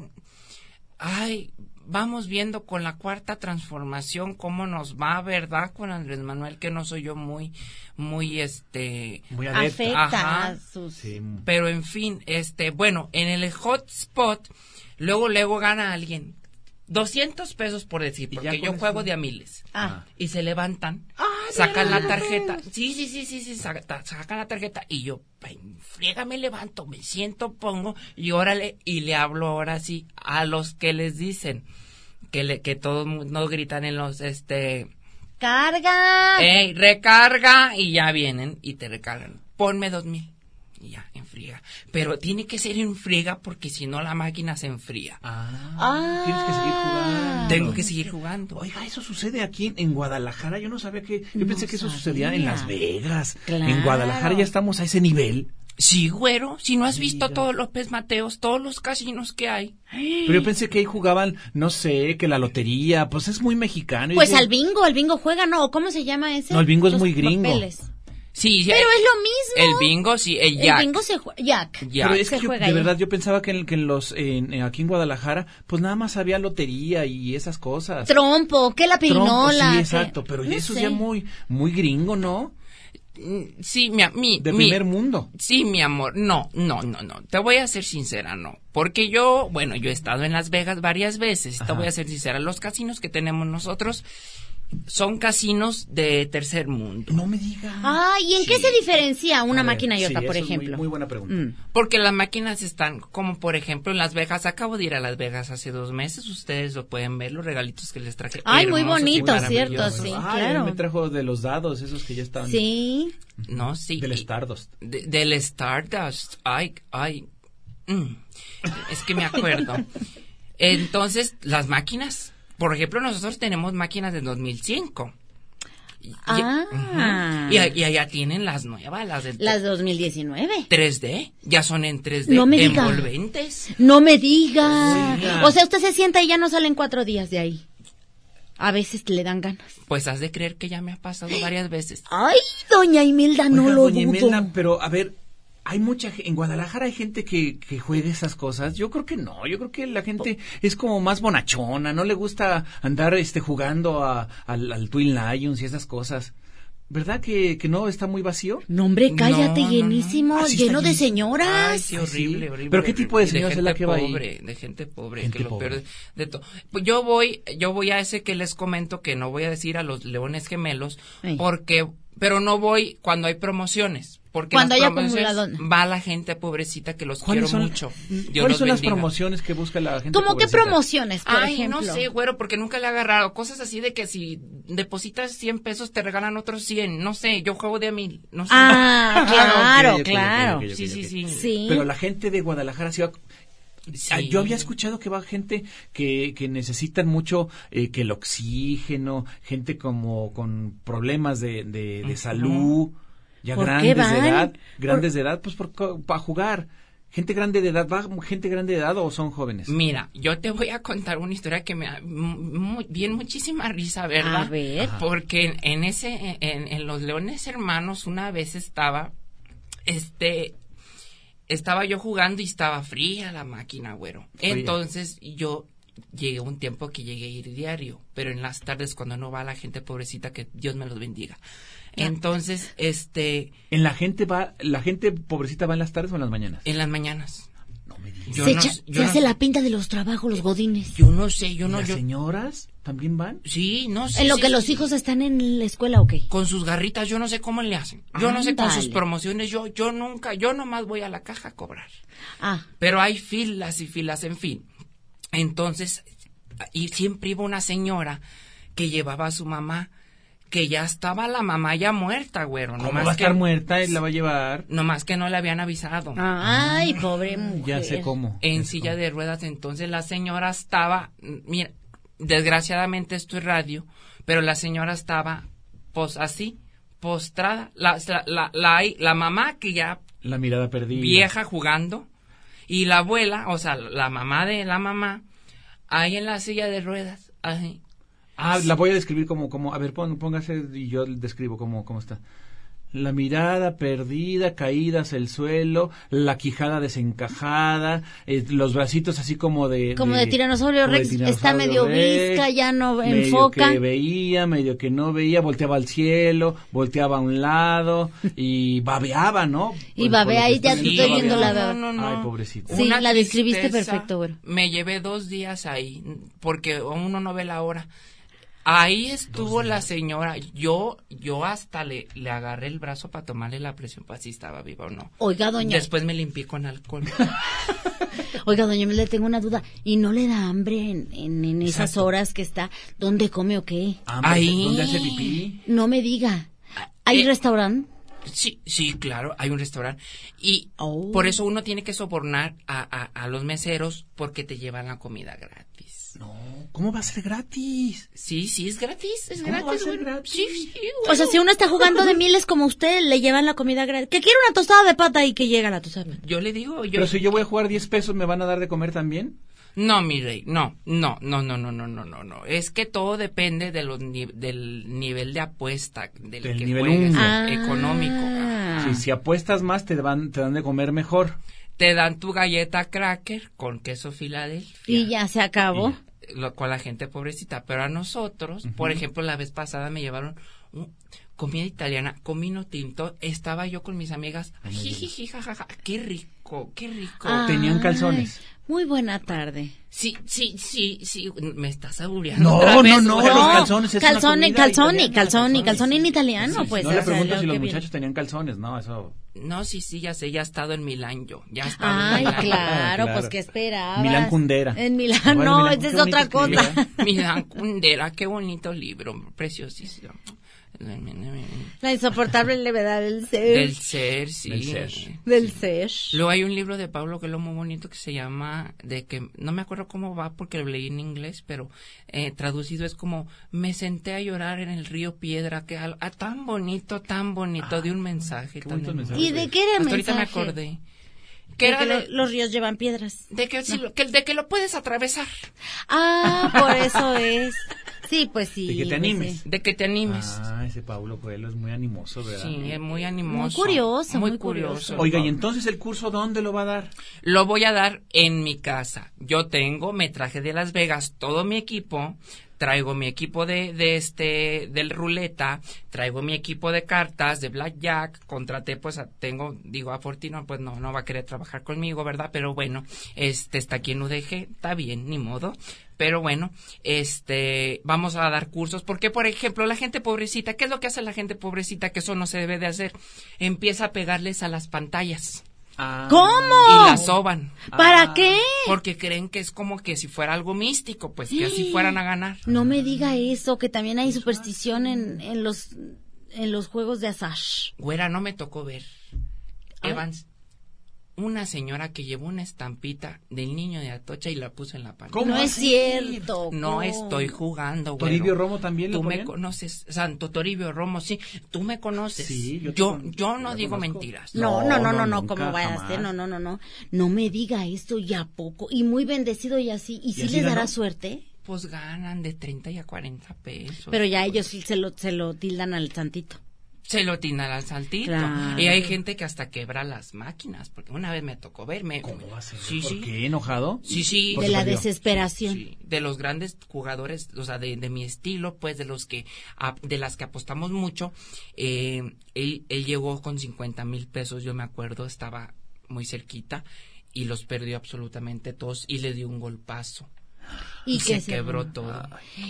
C: ay, vamos viendo con la cuarta transformación cómo nos va, ¿verdad? Con Andrés Manuel, que no soy yo muy, muy, este,
D: Muy adepto.
B: Afecta a
C: Ajá.
B: sus...
D: Sí.
C: pero en fin, este, bueno, en el hotspot, luego, luego gana alguien. 200 pesos por decir,
D: Y ya
C: porque
D: con
C: yo
D: eso-
C: juego de a miles.
B: Ah.
C: Y se levantan, sacan la tarjeta. Sí, sí, sí, sí, sí, saca- ta- sacan la tarjeta. Y yo, pen, friega, me levanto, me siento, pongo, y órale, y le hablo ahora sí a los que les dicen que, le, que todos mu- no gritan en los, este,
B: ¡Carga!
D: Eh,
C: Ey, recarga y ya vienen y te recargan. Ponme dos mil. Y ya, enfría. Pero tiene que ser en friega porque si no la máquina se enfría.
D: Ah,
B: Ah.
D: tienes que seguir jugando.
C: Tengo que seguir jugando.
D: Oiga, eso sucede aquí en, en Guadalajara. Yo no sabía que. Yo
B: No
D: pensé que eso
B: sabía.
D: sucedía en Las Vegas.
B: Claro.
D: En Guadalajara ya estamos a ese nivel.
C: Sí, güero, si no has visto
D: Mira.
C: todos los Pes Mateos, todos los casinos que hay.
D: Pero yo pensé que ahí jugaban, no sé, que la lotería. Pues es muy mexicano. Yo
B: Pues
D: dije,
B: al bingo, al bingo juega, ¿no? ¿O ¿Cómo se llama ese?
D: No, el bingo es
B: Los
D: muy gringo.
B: papeles.
C: Sí, ya-
B: Pero es lo mismo.
C: El bingo, sí, eh, el
B: El
C: jack.
B: bingo se juega... Jack.
C: Jack.
D: Pero es
B: se
D: que yo,
B: juega
D: de
B: ahí.
D: verdad yo pensaba que, en, que en los en- en- aquí en Guadalajara pues nada más había lotería y esas cosas.
B: Trompo, que la pirinola.
D: Trompo, sí,
B: que-
D: exacto, pero ya
B: no
D: eso
B: sé.
D: es ya muy muy gringo, ¿no?
C: Mm, Sí, mi, a- mi,
D: De
C: mi-
D: primer mundo.
C: Sí, mi amor, no, no, no, no. Te voy a ser sincera, no. Porque yo, bueno, yo he estado en Las Vegas varias veces.
D: Ajá.
C: Te voy a ser sincera. Los casinos que tenemos nosotros son casinos de tercer mundo.
D: No me digas.
B: Ah, ¿y en qué
C: Sí.
B: se diferencia una
D: A ver,
B: máquina y
D: sí,
B: otra, por
D: eso es muy-
B: ejemplo?
D: muy, buena pregunta.
B: Mm.
C: Porque las máquinas están, como por ejemplo en Las Vegas. Acabo de ir a Las Vegas hace dos meses. Ustedes lo pueden ver, los regalitos que les traje.
B: Ay, muy
C: Hermosos y
B: bonito,
C: maravillosos.
B: cierto, sí.
D: Ah,
B: claro.
D: él me trajo de los dados, esos que ya estaban
B: Sí.
C: No, sí.
D: del
C: y-
D: Stardust.
C: de- del Stardust. Ay, ay. Mm. Es que me acuerdo. Entonces, las máquinas. Por ejemplo, nosotros tenemos máquinas de 2005. Y, y-
B: Ah.
C: ujú. y, a- y allá tienen las nuevas, las de
B: Las 2019.
C: 3D. Ya son en 3D
B: No me diga.
C: envolventes.
B: No me diga.
D: Oiga.
B: O sea, usted se sienta y ya no salen cuatro días de ahí. A veces le dan ganas.
C: Pues has de creer que ya me ha pasado varias veces.
B: Ay, doña Imelda, Ah, no
D: Oiga,
B: lo
D: doña
B: dudo.
D: Imelda, pero a ver, hay mucha ge- en Guadalajara hay gente que, que juega esas cosas. Yo creo que no, yo creo que la gente es como más bonachona, no le gusta andar este jugando a, al, al Twin Lions y esas cosas. ¿Verdad que, que no está muy vacío?
B: No, hombre, cállate,
C: No, no, no.
B: llenísimo,
D: Ah, sí está
B: lleno de
D: lleno.
B: señoras.
C: Ay, sí,
D: sí.
C: horrible, horrible.
D: ¿Pero qué tipo de
C: horrible.
D: señoras es la
C: gente
D: que va ahí?
C: pobre, De gente pobre,
D: Gente
C: que lo
D: pobre.
C: peor es de todo. Pues Yo voy, yo voy a ese que les comento que no voy a decir a los leones gemelos,
B: Ey.
C: porque, pero no voy cuando hay promociones. Porque
B: Cuando
C: las
B: haya
C: promociones
B: acumuladón.
C: va la gente pobrecita que los quiero
D: ¿Cuáles son, Mm,
C: mucho. Dios
D: ¿cuáles
C: los
D: son las
C: bendiga.
D: promociones que busca la gente?
B: ¿Cómo qué
D: pobrecita?
B: promociones, por
C: Ay,
B: ejemplo?
C: no sé, güero, porque nunca le he agarrado. Cosas así de que si depositas 100 pesos te regalan otros 100. No sé, yo juego de a mil. No sé.
B: Ah, claro,
D: ok, ok, ok,
B: claro.
D: ok, ok,
C: sí, sí,
D: ok.
C: sí,
B: Sí.
D: Pero la gente de Guadalajara sí va. Ah,
C: Sí.
D: Yo había escuchado que va gente que, que necesitan mucho eh, que el oxígeno, gente como con problemas de, de- de salud, ya
B: ¿Por qué
D: grandes de
B: van?
D: edad, grandes de edad, pues para jugar. gente grande de edad, va gente grande de edad o son jóvenes.
C: Mira, yo te voy a contar una historia que me da muy, bien muchísima risa, ¿verdad?
B: A ver.
C: Porque en, en ese, en, en, los Leones Hermanos una vez estaba, este, estaba yo jugando y estaba fría la máquina, güero. Fría. Entonces yo llegué un tiempo que llegué a ir diario, pero en las tardes cuando no va la gente pobrecita que Dios me los bendiga. Entonces, este.
D: ¿En la gente va, la gente pobrecita va en las tardes o en las mañanas?
C: En las mañanas.
D: No me digas.
B: se, echa, no, se no, hace la pinta de los trabajos, los godines.
C: Yo no sé, yo no.
D: ¿Las
C: yo,
D: señoras también van?
C: Sí, no sé.
B: ¿En lo
C: sí,
B: que
C: sí,
B: los
C: sí.
B: hijos están en la escuela o qué?
C: Con sus garritas, yo no sé cómo le hacen. Yo no sé con sus promociones, yo, yo nunca, yo nomás voy a la caja a cobrar.
B: Ah.
C: Pero hay filas y filas, en fin. Entonces, y siempre iba una señora que llevaba a su mamá que ya estaba la mamá ya muerta, güero.
D: ¿Cómo va a estar muerta? Él la va a llevar.
C: Nomás que no le habían avisado.
B: Ay, pobre mujer.
D: Ya sé cómo.
C: En
D: sé
C: silla
D: cómo.
C: de ruedas, entonces la señora estaba, mira, desgraciadamente esto es radio, pero la señora estaba, pues así, postrada. La, la, la, la, la mamá que ya...
D: La mirada perdida.
C: Vieja jugando. Y la abuela, o sea, la mamá de la mamá, ahí en la silla de ruedas, así.
D: Ah, la voy a describir como, como, a ver, pon, póngase y yo describo cómo, cómo está. La mirada perdida, caída hacia el suelo, la quijada desencajada, eh, los bracitos así como de...
B: Como de, de tiranosaurio
D: como
B: rex,
D: de
B: está medio
D: tiranosaurio rex,
B: visca, ya no
D: medio
B: enfoca.
D: que veía, medio que no veía, volteaba al cielo, volteaba a un lado y babeaba, ¿no?
B: Y
D: Por- por lo
B: babea,
D: que
B: ahí
D: está
B: ya
C: Sí,
B: estoy viendo la
C: no,
B: baba.
C: no, no.
D: Ay, pobrecito.
B: Sí,
C: Una
B: la describiste
C: tristeza.
B: perfecto, güero.
C: Me llevé dos días ahí, porque uno no ve la hora. Ahí estuvo la señora. Yo, yo hasta le, le agarré el brazo para tomarle la presión para si estaba viva o no.
B: Oiga, doña,
C: Después me limpié con alcohol.
B: oiga, doña, me le tengo una duda. ¿Y no le da hambre en, en, en esas
C: Exacto.
B: horas que está? ¿Dónde come o qué?
D: Hambre,
C: Ahí.
D: ¿Dónde hace pipí?
B: No me diga.
D: Ah,
B: ¿Hay
C: Eh,
B: restaurante?
C: Sí, sí, claro, hay un restaurante. Y
B: Oh.
C: por eso uno tiene que sobornar a, a, a los meseros porque te llevan la comida gratis.
D: No, ¿cómo va a ser gratis?
C: Sí, sí, es gratis, es
D: ¿Cómo
C: gratis.
D: va a ser
C: güey.
D: gratis?
C: Sí, sí, güey.
B: O sea, si uno está jugando de miles como usted, le llevan la comida gratis. Que quiere una tostada de pata y que llega la tostada de pata.
C: Yo le digo, yo...
D: Pero si yo voy a jugar 10 pesos, ¿me van a dar de comer también?
C: No, mi rey, no, no, no, no, no, no, no, no, no. Es que todo depende de los ni- del nivel de apuesta, del,
D: Del
C: que
D: nivel
C: juegues,
D: uno.
B: Ah.
C: económico. Ajá.
D: Ah, Sí, si apuestas más, te, van, te dan de comer mejor.
C: Te dan tu galleta cracker con queso Filadelfia.
B: Y ya se acabó.
C: lo- con la gente pobrecita, pero a nosotros, por ejemplo, la vez pasada me llevaron uh, comida italiana, comino tinto, estaba yo con mis amigas,
D: Ah,
C: jijiji, jajaja, qué rico, qué rico.
D: Tenían
B: Ay,
D: calzones.
B: Muy buena tarde.
C: Sí, sí, sí, sí, me estás aburriendo.
D: No,
C: otra
D: Oh, no,
C: vez,
D: no,
C: güey.
D: los calzones es una
B: calzone, calzone,
D: comida italiana,
B: calzone,
D: calzones.
B: calzone en italiano,
D: Sí,
B: pues.
D: no
B: o
D: le
B: sea,
D: pregunto
B: lo
D: si los
B: que viene.
D: muchachos tenían calzones, no, eso...
C: No, sí, sí, ya sé, ya he estado en Milán yo, ya he estado
B: Ay,
C: en Milán.
B: claro,
D: Claro.
B: pues qué esperabas.
D: Milán Kundera.
B: En Milán,
D: Bueno,
B: no,
D: Milán,
B: esa
D: qué
B: es otra
D: bonito
B: cosa.
D: escribía.
C: Milán Kundera, qué bonito libro, preciosísimo.
B: La insoportable levedad del ser.
C: Del ser, sí.
D: Del ser.
B: del ser.
C: Luego hay un libro de Pablo que es lo muy bonito que se llama, de que no me acuerdo cómo va porque lo leí en inglés, pero eh, traducido es como me senté a llorar en el río Piedra, que al- ah, tan bonito, tan bonito, de un mensaje.
D: Ah, qué
C: tan
D: bonito
C: hermoso.
D: mensaje.
B: ¿Y de qué era el
C: Hasta ahorita me
B: mensaje?
C: acordé. Que
B: De
C: era
B: que lo-
C: de,
B: los ríos llevan piedras.
C: de que, si lo, que- de que lo puedes atravesar,
B: Ah, por eso es. Sí, pues sí.
D: De que te
B: pues
D: animes.
B: sí.
C: de que te animes.
D: Ah, ese Pablo Coelho es muy animoso, ¿verdad?
C: Sí, es muy animoso.
B: Muy curioso, muy curioso.
D: Oiga, ¿y entonces el curso dónde lo va a dar?
C: Lo voy a dar en mi casa. Yo tengo, me traje de Las Vegas todo mi equipo. Traigo mi equipo de, de este, del ruleta, traigo mi equipo de cartas, de blackjack, contraté pues a- tengo, digo a Fortino, pues no, no va a querer trabajar conmigo, ¿verdad? Pero bueno, este, está aquí en UDG, está bien, ni modo. Pero bueno, este, vamos a dar cursos, porque por ejemplo, la gente pobrecita, ¿qué es lo que hace la gente pobrecita? Que eso no se debe de hacer. Empieza a pegarles a las pantallas
D: Ah,
C: y
B: ¿Cómo?
C: las soban.
B: ¿Para qué?
C: Porque creen que es como que si fuera algo místico, pues que así fueran a ganar.
B: No me diga eso, que también hay superstición en, en los en los juegos de azar.
C: Güera, no me tocó ver. Evans, una señora que llevó una estampita del niño de Atocha y la puso en la pantalla.
B: ¿Cómo no es cierto.
C: No estoy jugando, güey.
D: ¿Toribio Romo también
C: Tú
D: lo
C: me
D: ponían?
C: conoces, Santo Toribio Romo, sí. Tú me conoces.
D: Sí, yo
C: yo,
D: te
C: yo,
D: con-
C: no
D: te
C: digo
D: conozco.
C: mentiras.
B: No, no, no, no, no,
D: nunca,
B: ¿cómo vaya a ser?
D: jamás.
B: No, no, no, no. No me diga eso ya poco. Y muy bendecido y así. ¿Y, si
D: así
B: les
D: ganó?
B: dará suerte?
C: Pues ganan de 30 y a 40 pesos.
B: Pero ya
D: pues,
B: ellos sí se lo, se lo tildan al santito.
C: Se lo tinan al saltito.
B: Claro.
C: Y hay gente que hasta quebra las máquinas, porque una vez me tocó verme.
D: ¿Cómo va a ser?
C: Sí,
D: ¿Por
C: sí.
D: qué? ¿Enojado?
C: Sí, sí.
D: Por
B: de la
D: perdió.
B: desesperación.
C: Sí, de los grandes jugadores, o sea, de, de mi estilo, pues, de los que, ap- de las que apostamos mucho, eh, él, él llegó con 50 mil pesos, yo me acuerdo, estaba muy cerquita y los perdió absolutamente todos y le dio un golpazo y,
B: Y, que
C: se, quebró todo.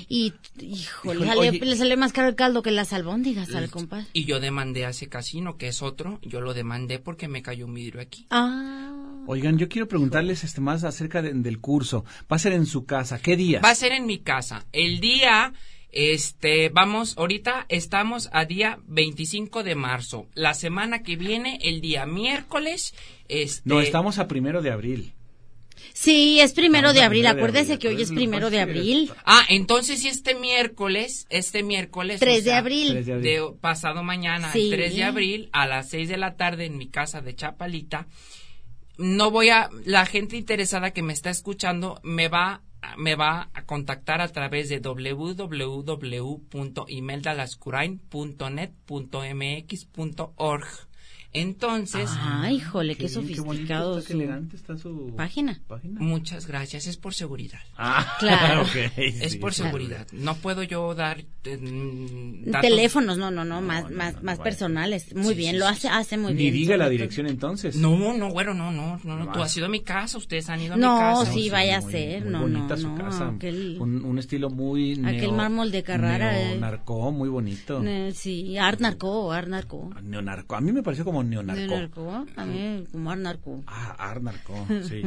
B: Y, híjole,
D: Híjole,
B: sale-
D: oye.
B: le sale más caro el caldo que las albóndigas al
C: Y-
B: compás.
C: Y yo demandé a ese casino, que es otro, yo lo demandé porque me cayó un vidrio aquí.
B: Ah.
D: Oigan, yo quiero preguntarles este más acerca de- del curso. Va a ser en su casa. ¿Qué día?
C: Va a ser en mi casa. El día, este, vamos, ahorita estamos a día 25 de marzo. La semana que viene, el día miércoles, este.
D: No, estamos a primero de abril.
B: Sí, es primero
D: Vamos
B: de
D: a
B: abril.
D: primero de
B: Acuérdese
D: abril,
B: que hoy es
D: acuérdese,
B: primero de
D: pues, sí,
B: abril.
C: Ah, entonces si este miércoles, este miércoles. o
B: 3 de
C: sea,
D: Tres
B: abril.
D: de abril.
C: de pasado mañana,
B: Sí.
C: el 3 de abril, a las 6 de la tarde en mi casa de Chapalita. No voy a la gente interesada que me está escuchando me va me va a contactar a través de www.imeldalascurain.net.mx.org. Entonces,
B: Ay, híjole, qué,
D: bien, bonito,
B: sofisticado
D: está, qué
B: su
D: elegante está su
B: página.
D: página.
C: muchas gracias, es por seguridad.
D: Ah,
B: Claro.
D: ok,
C: Es
D: sí,
C: por
D: claro.
C: seguridad. No puedo yo dar eh, mm, datos-
B: Teléfonos, no, no, no, más,
D: no, no,
B: más,
D: no,
B: más
D: vaya.
B: personales. Muy
C: Sí,
B: bien,
C: sí,
B: lo
C: sí,
B: hace, hace muy
D: Ni
B: bien.
D: diga
B: sobre
D: la
B: todo.
D: dirección entonces.
C: No, no, bueno, no, no, no, no,
D: No.
C: tú has ido a mi casa, ustedes han ido a mi
B: No,
C: casa.
B: sí,
D: Sí,
B: vaya
D: muy-
B: a ser,
D: muy
B: no, no,
D: bonita su
B: no.
D: casa.
B: aquel-
D: Un, un estilo muy
B: aquel
D: neo-
B: mármol de Carrara, eh.
D: neonarcó, muy bonito.
B: eh, sí, Art Narco, Art Narco.
D: Neonarco. A mí me pareció como neonarco.
B: Narco, a mí como Art Narco.
D: Ah, arnarco, sí.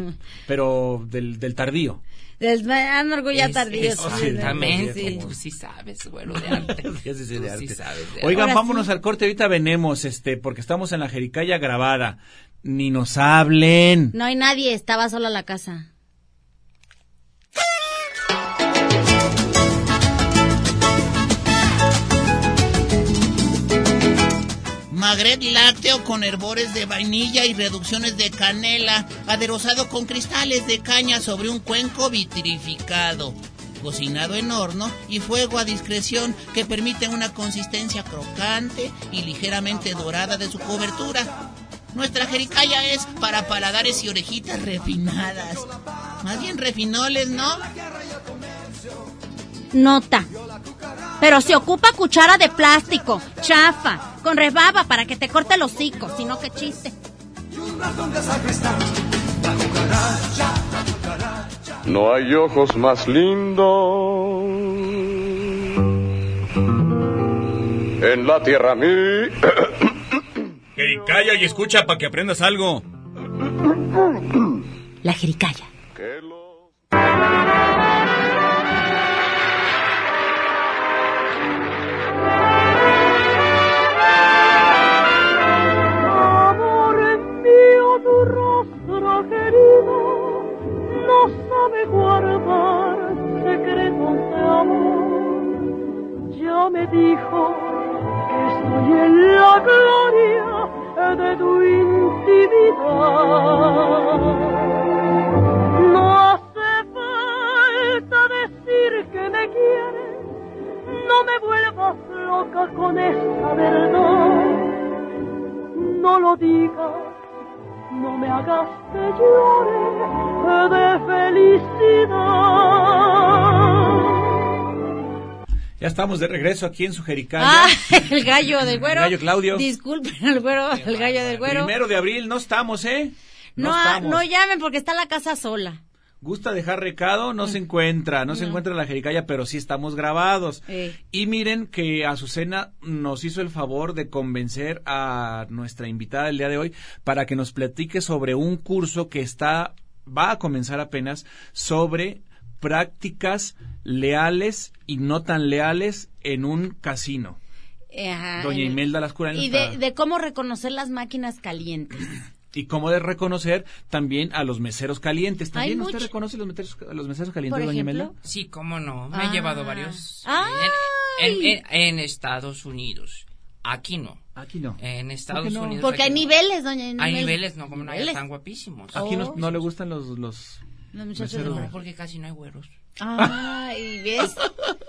D: Pero del, del tardío.
B: Del- Art Narco ya
C: Es-
B: tardío. sí,
C: Exactamente,
B: sí.
C: tú sí sabes, güero de arte.
D: Ya se dice
C: Tú
D: de
C: sí
D: arte.
C: sabes de
D: Oigan,
B: Ahora
D: vámonos
B: sí.
D: al corte, ahorita venemos, este, porque estamos en la Jericaya grabada. Ni nos hablen.
B: No hay nadie, estaba sola la casa.
J: Magret lácteo con herbores de vainilla y reducciones de canela, aderezado con cristales de caña sobre un cuenco vitrificado, cocinado en horno y fuego a discreción que permite una consistencia crocante y ligeramente dorada de su cobertura. Nuestra jericaya es para paladares y orejitas refinadas. Más bien refinoles, ¿no?
B: Nota. Pero se ocupa cuchara de plástico, chafa, con rebaba para que te corte el hocico, sino que chiste.
G: No hay ojos más lindos en la tierra mí.
K: Hey, calla y escucha para que aprendas algo.
B: La jericaya.
G: que los-
A: Amor mío, tu rostro querido no sabe guardar secretos de amor. Ya me dijo que estoy en la gloria de tu intimidad. No hace falta decir que me quieres, no me vuelvas loca con esta verdad. No lo digas, no me hagas que llore de felicidad.
D: Ya estamos de regreso aquí en su Jericaya.
B: Ah, el gallo del güero.
D: El gallo Claudio.
B: Disculpen al güero, el gallo del güero.
D: Primero de abril, no estamos, ¿eh?
B: no, ah,
D: estamos.
B: no llamen porque está la casa sola.
D: Gusta dejar recado, no
B: Mm.
D: se encuentra, no, se encuentra la Jericaya, pero sí estamos grabados.
B: Eh.
D: Y miren que Azucena nos hizo el favor de convencer a nuestra invitada del día de hoy para que nos platique sobre un curso que está va a comenzar apenas sobre prácticas leales y no tan leales en un casino.
B: Eh, ajá,
D: Doña
B: en el-
D: Imelda Lascurain.
B: Y
D: nos
B: de,
D: está-
B: de cómo reconocer las máquinas calientes.
D: Y cómo de reconocer también a los meseros calientes. ¿También
B: Hay
D: usted
B: mucho-
D: reconoce los meseros, los meseros calientes,
B: ¿Por
D: doña
B: ejemplo?
D: Mela?
C: Sí, cómo no. Me he llevado varios.
B: ¡Ay!
C: En, en- en Estados Unidos. Aquí no.
D: Aquí no.
C: En Estados
D: ¿Por qué no?
C: Unidos.
B: Porque hay
C: aquí no.
B: niveles, doña
C: Hay
B: Mel-
C: niveles, no, como no, allá
B: niveles.
C: están guapísimos.
D: Aquí no,
B: Oh.
D: no le gustan los... los
B: Los muchachos
D: meseros
B: de-
C: No, porque casi no hay güeros.
B: Ay, ¿ves?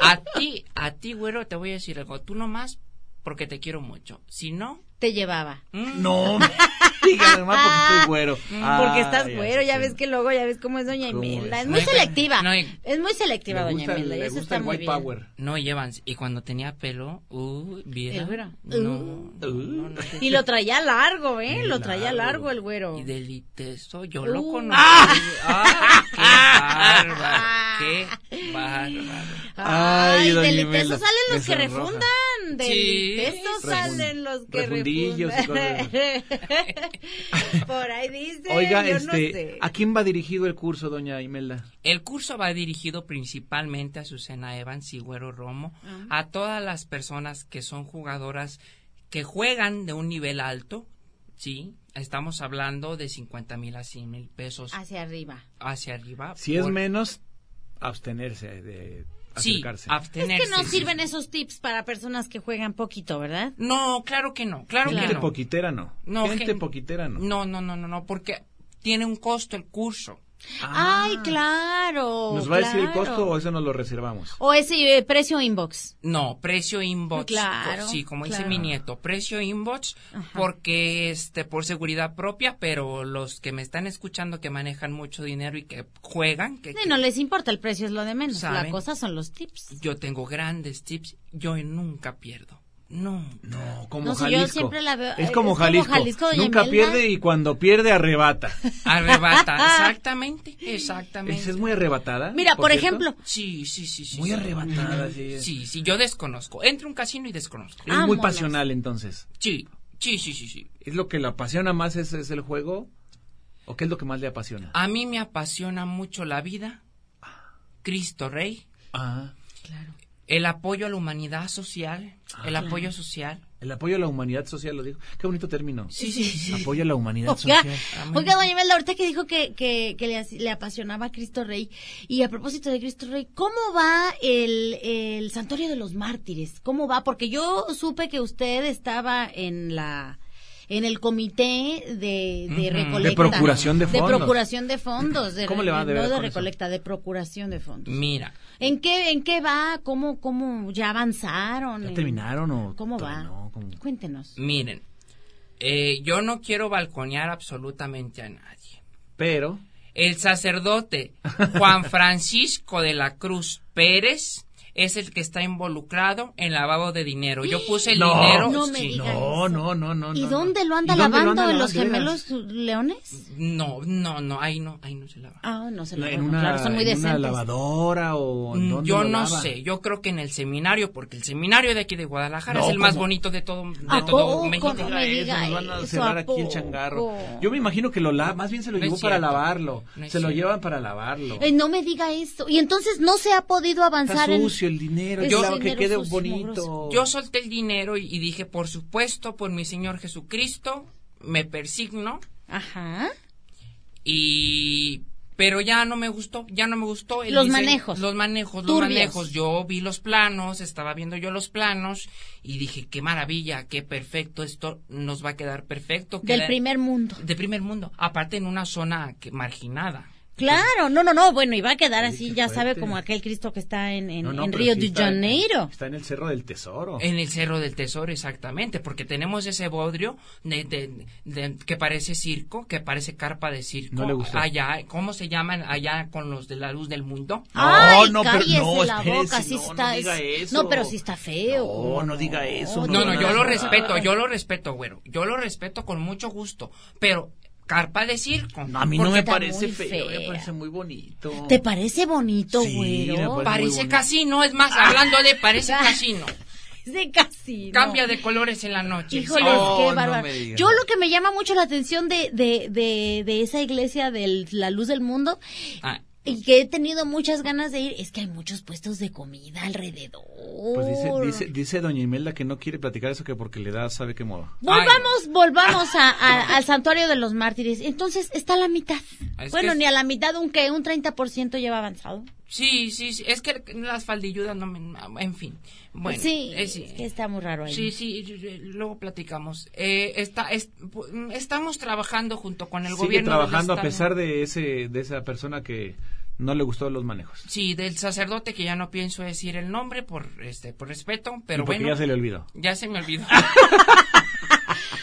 C: A ti, a ti, güero, te voy a decir algo. Tú nomás, porque te quiero mucho. Si no.
B: Te llevaba.
C: mm,
D: No, diga nomás porque estoy güero.
B: Ah, mm,
D: Ah,
B: Porque estás
D: Ay,
B: güero, ya
D: sí.
B: ves que luego, ya ves cómo es doña
D: ¿Cómo
B: Imelda.
D: es?
B: Es muy
C: No hay-
B: selectiva.
C: no hay-
B: Es muy selectiva
D: Le
B: doña
D: gusta,
B: Imelda. y
D: le
B: eso está
D: gusta el
B: muy
D: white
B: bien.
D: power.
C: No llevan. Y cuando tenía pelo, uh, viera.
B: El güero.
C: No,
B: Uh.
C: no, no, no.
B: Y lo traía largo, ¿eh? Lo traía
D: Largo.
B: largo el güero.
C: Y del iteso, yo lo
B: Uh.
C: conozco. ¡Ah! ¡Qué bárbaro! ¡Qué bárbaro!
B: Ay,
D: Ay, doña
B: del ITESO
D: Imelda,
B: salen los
D: me
B: que
D: sonroja.
B: refundan. Del
C: Sí.
B: ITESO
D: Refun-
B: salen los que
D: refundillos y
B: refundan. Por ahí dice.
D: Oiga,
B: yo
D: este,
B: no sé.
D: ¿a quién va dirigido el curso, doña Imelda?
C: El curso va dirigido principalmente a Susana Evans y Güero Romo, a todas las personas que son jugadoras que juegan de un nivel alto, ¿sí? Estamos hablando de 50 mil a 100 mil pesos
B: Hacia arriba.
C: hacia arriba.
D: Si es
C: por-
D: menos, abstenerse de
C: Sí,
D: acercarse.
B: Es
C: abstenerse.
B: que no sirven esos tips para personas que juegan poquito, ¿verdad?
C: No, claro que no, claro
D: gente
C: que no.
D: poquitera no.
C: No,
D: gente
C: gen-
D: poquitera no.
C: No, no, no, no, no, porque tiene un costo el curso.
B: Ay, claro.
D: Ah. ¿Nos va a decir el
B: claro.
D: costo o eso nos lo reservamos?
B: O ese eh, precio inbox.
C: No, precio inbox.
B: Claro,
C: Sí, como dice
B: claro.
C: mi nieto, precio inbox porque este por seguridad propia, pero los que me están escuchando que manejan mucho dinero y que juegan, que,
B: Y no les importa, el precio es lo de menos. La
C: Saben.
B: cosa son los tips.
C: yo tengo grandes tips, yo nunca pierdo. No.
D: No, como
B: No, si yo
D: Jalisco.
B: siempre la veo-
D: es
B: eh,
D: como
B: es como
D: Jalisco.
B: Jalisco, doña
D: Nunca
B: Imelda.
D: pierde y cuando pierde arrebata.
C: Arrebata, exactamente, exactamente.
D: Esa es muy arrebatada.
B: Mira, por,
D: cierto.
B: ejemplo,
C: Sí, sí, sí, sí.
D: Muy
C: sí.
D: arrebatada, sí. es.
C: Sí, sí, yo desconozco. Entro a un casino y desconozco.
D: Es muy
B: Vámonos.
D: pasional entonces.
C: Sí, sí, sí, sí, sí.
D: ¿Es lo que la apasiona más es, es el juego? ¿O qué es lo que más le apasiona?
B: Ah.
C: A mí me apasiona mucho la vida, Cristo Rey,
D: Ah,
C: el apoyo a la humanidad social,
D: Ah,
C: el apoyo social.
D: el apoyo a la humanidad social lo dijo. Qué bonito término.
C: Sí, sí, sí.
D: Apoyo a la humanidad
B: Oiga,
D: social.
B: oiga, doña Imelda, ahorita que dijo que, que, que le, as- le apasionaba a Cristo Rey, y a propósito de Cristo Rey, ¿cómo va el, el Santuario de los Mártires? ¿Cómo va? Porque yo supe que usted estaba en la en el comité de, de
C: Ujú.
B: recolecta.
D: De procuración de fondos.
B: De procuración de fondos. de-
D: ¿Cómo le va de
B: no
D: ver
B: de
D: con eso?
B: recolecta, de procuración de fondos.
C: Mira,
B: ¿En qué, en qué va? ¿Cómo, cómo ya avanzaron?
D: ¿Ya
B: ¿En-
D: terminaron o
B: ¿Cómo va?
D: todavía no? ¿Cómo?
B: Cuéntenos.
C: miren, eh, yo no quiero balconear absolutamente a nadie.
D: Pero
C: El sacerdote Juan Francisco de la Cruz Pérez es el que está involucrado en lavado de dinero. Yo puse el
D: No,
C: dinero.
B: no me
C: Sí.
B: digas.
D: no, no, no, no.
B: ¿Y
D: no.
B: dónde lo anda
D: ¿Y dónde
B: lavando?
D: anda
B: ¿En los
D: lavando?
B: gemelos leones?
C: no, no, no, ahí no, ahí no se lava.
B: Ah, no se lo
D: En
B: bueno,
D: una,
B: claro, son muy
D: en una
B: decentes.
D: lavadora o en
C: Mm,
D: dónde
C: Yo
D: lo
C: no
D: lava?
C: sé, yo creo que en el seminario, porque el seminario de aquí de Guadalajara
D: No,
C: es el más
D: ¿cómo?
C: bonito de todo, de
B: ¿A
C: todo
B: poco?
C: México.
B: No
D: Mira
B: me
D: eso,
B: diga
D: nos van a
B: eso,
D: cerrar
B: ¿a
D: aquí el
B: poco?
D: changarro. Yo me imagino que lo lava, más bien se lo
C: No es
D: llevó para
C: cierto.
D: lavarlo.
C: No es
D: se lo
C: cierto.
D: llevan para lavarlo.
B: Eh, no me diga eso. Y entonces no se ha podido
D: Está
B: avanzar en...
D: sucio el dinero,
B: Ese
D: yo que
B: dinero
D: quede
B: sucio,
D: bonito.
B: mugroso.
C: Yo solté el dinero y, y dije, por supuesto, por mi Señor Jesucristo, me persigno
B: Ajá.
C: y... Pero ya no me gustó, ya no me gustó. el
B: Los
C: diseño-
B: manejos.
C: Los manejos,
B: Turbios.
C: los manejos. Yo vi los planos, estaba viendo yo los planos y dije, qué maravilla, qué perfecto, esto nos va a quedar perfecto.
B: Del
C: queda-
B: primer mundo.
C: De primer mundo, aparte en una zona que, marginada.
B: Claro, no, no, no. Bueno, y va a quedar así,
D: qué
B: ya sabe,
D: fuerte.
B: como aquel Cristo que está en, en,
D: No, no,
B: en
D: pero
B: Río
D: sí
B: de
D: está-
B: Janeiro.
D: Está en el Cerro del Tesoro.
C: En el Cerro del Tesoro, exactamente, porque tenemos ese bodrio de, de- de- que parece circo, que parece carpa de circo.
D: No le gustó.
C: Allá, ¿cómo se llaman allá con los de la luz del mundo?
B: Ay,
D: no, pero-
B: cállese
D: no,
B: la
D: espérese,
B: boca, sí
D: no, no
B: está...
D: diga
B: es-
D: eso.
B: no, pero sí está feo.
D: No,
B: ¿cómo
D: no diga eso,
C: No, no,
D: no,
C: yo
D: no,
C: lo
D: no.
C: respeto, yo lo respeto, güero. Yo lo respeto con mucho gusto, pero carpa de circo.
D: No, a mí
B: Porque
D: no me
B: está
D: parece
B: muy
D: feo, eh,
B: fea.
D: me parece muy bonito.
B: ¿Te parece bonito,
D: Sí, me
B: güero?
D: parece- muy
C: Parece
D: bonito.
C: casino, es más, hablando de parece
B: Ah.
C: casino.
B: De casino.
C: Cambia de colores en la noche.
B: Híjoles,
C: Oh,
D: no
B: qué
D: me
B: bárbaro.
D: digas.
B: Yo lo que me llama mucho la atención de, de, de, de esa iglesia de la luz del mundo
C: ah,
B: y que he tenido muchas ganas de ir es que hay muchos puestos de comida alrededor.
D: Pues dice, dice, dice doña Imelda que no quiere platicar eso que porque le da sabe qué moda.
B: Volvamos, volvamos a, a- al santuario de los mártires. Entonces está a la mitad.
C: que
B: bueno,
C: es-
B: ni a la mitad, aunque un 30% lleva avanzado.
C: Sí, sí, sí, es que las faldilludas no me... En fin. Bueno,
B: sí,
C: eh,
B: es, que está muy raro ahí.
C: Sí, sí, eh, luego platicamos. Eh, está, es- pu- mm, estamos trabajando junto con el
D: Sigue
C: gobierno. del
D: trabajando a
C: estado.
D: pesar de ese de esa persona que no le gustó los manejos.
C: Sí, del sacerdote que ya no pienso decir el nombre por este por respeto, pero
D: Y porque
C: bueno.
D: ya se le olvidó.
C: Ya se me olvidó.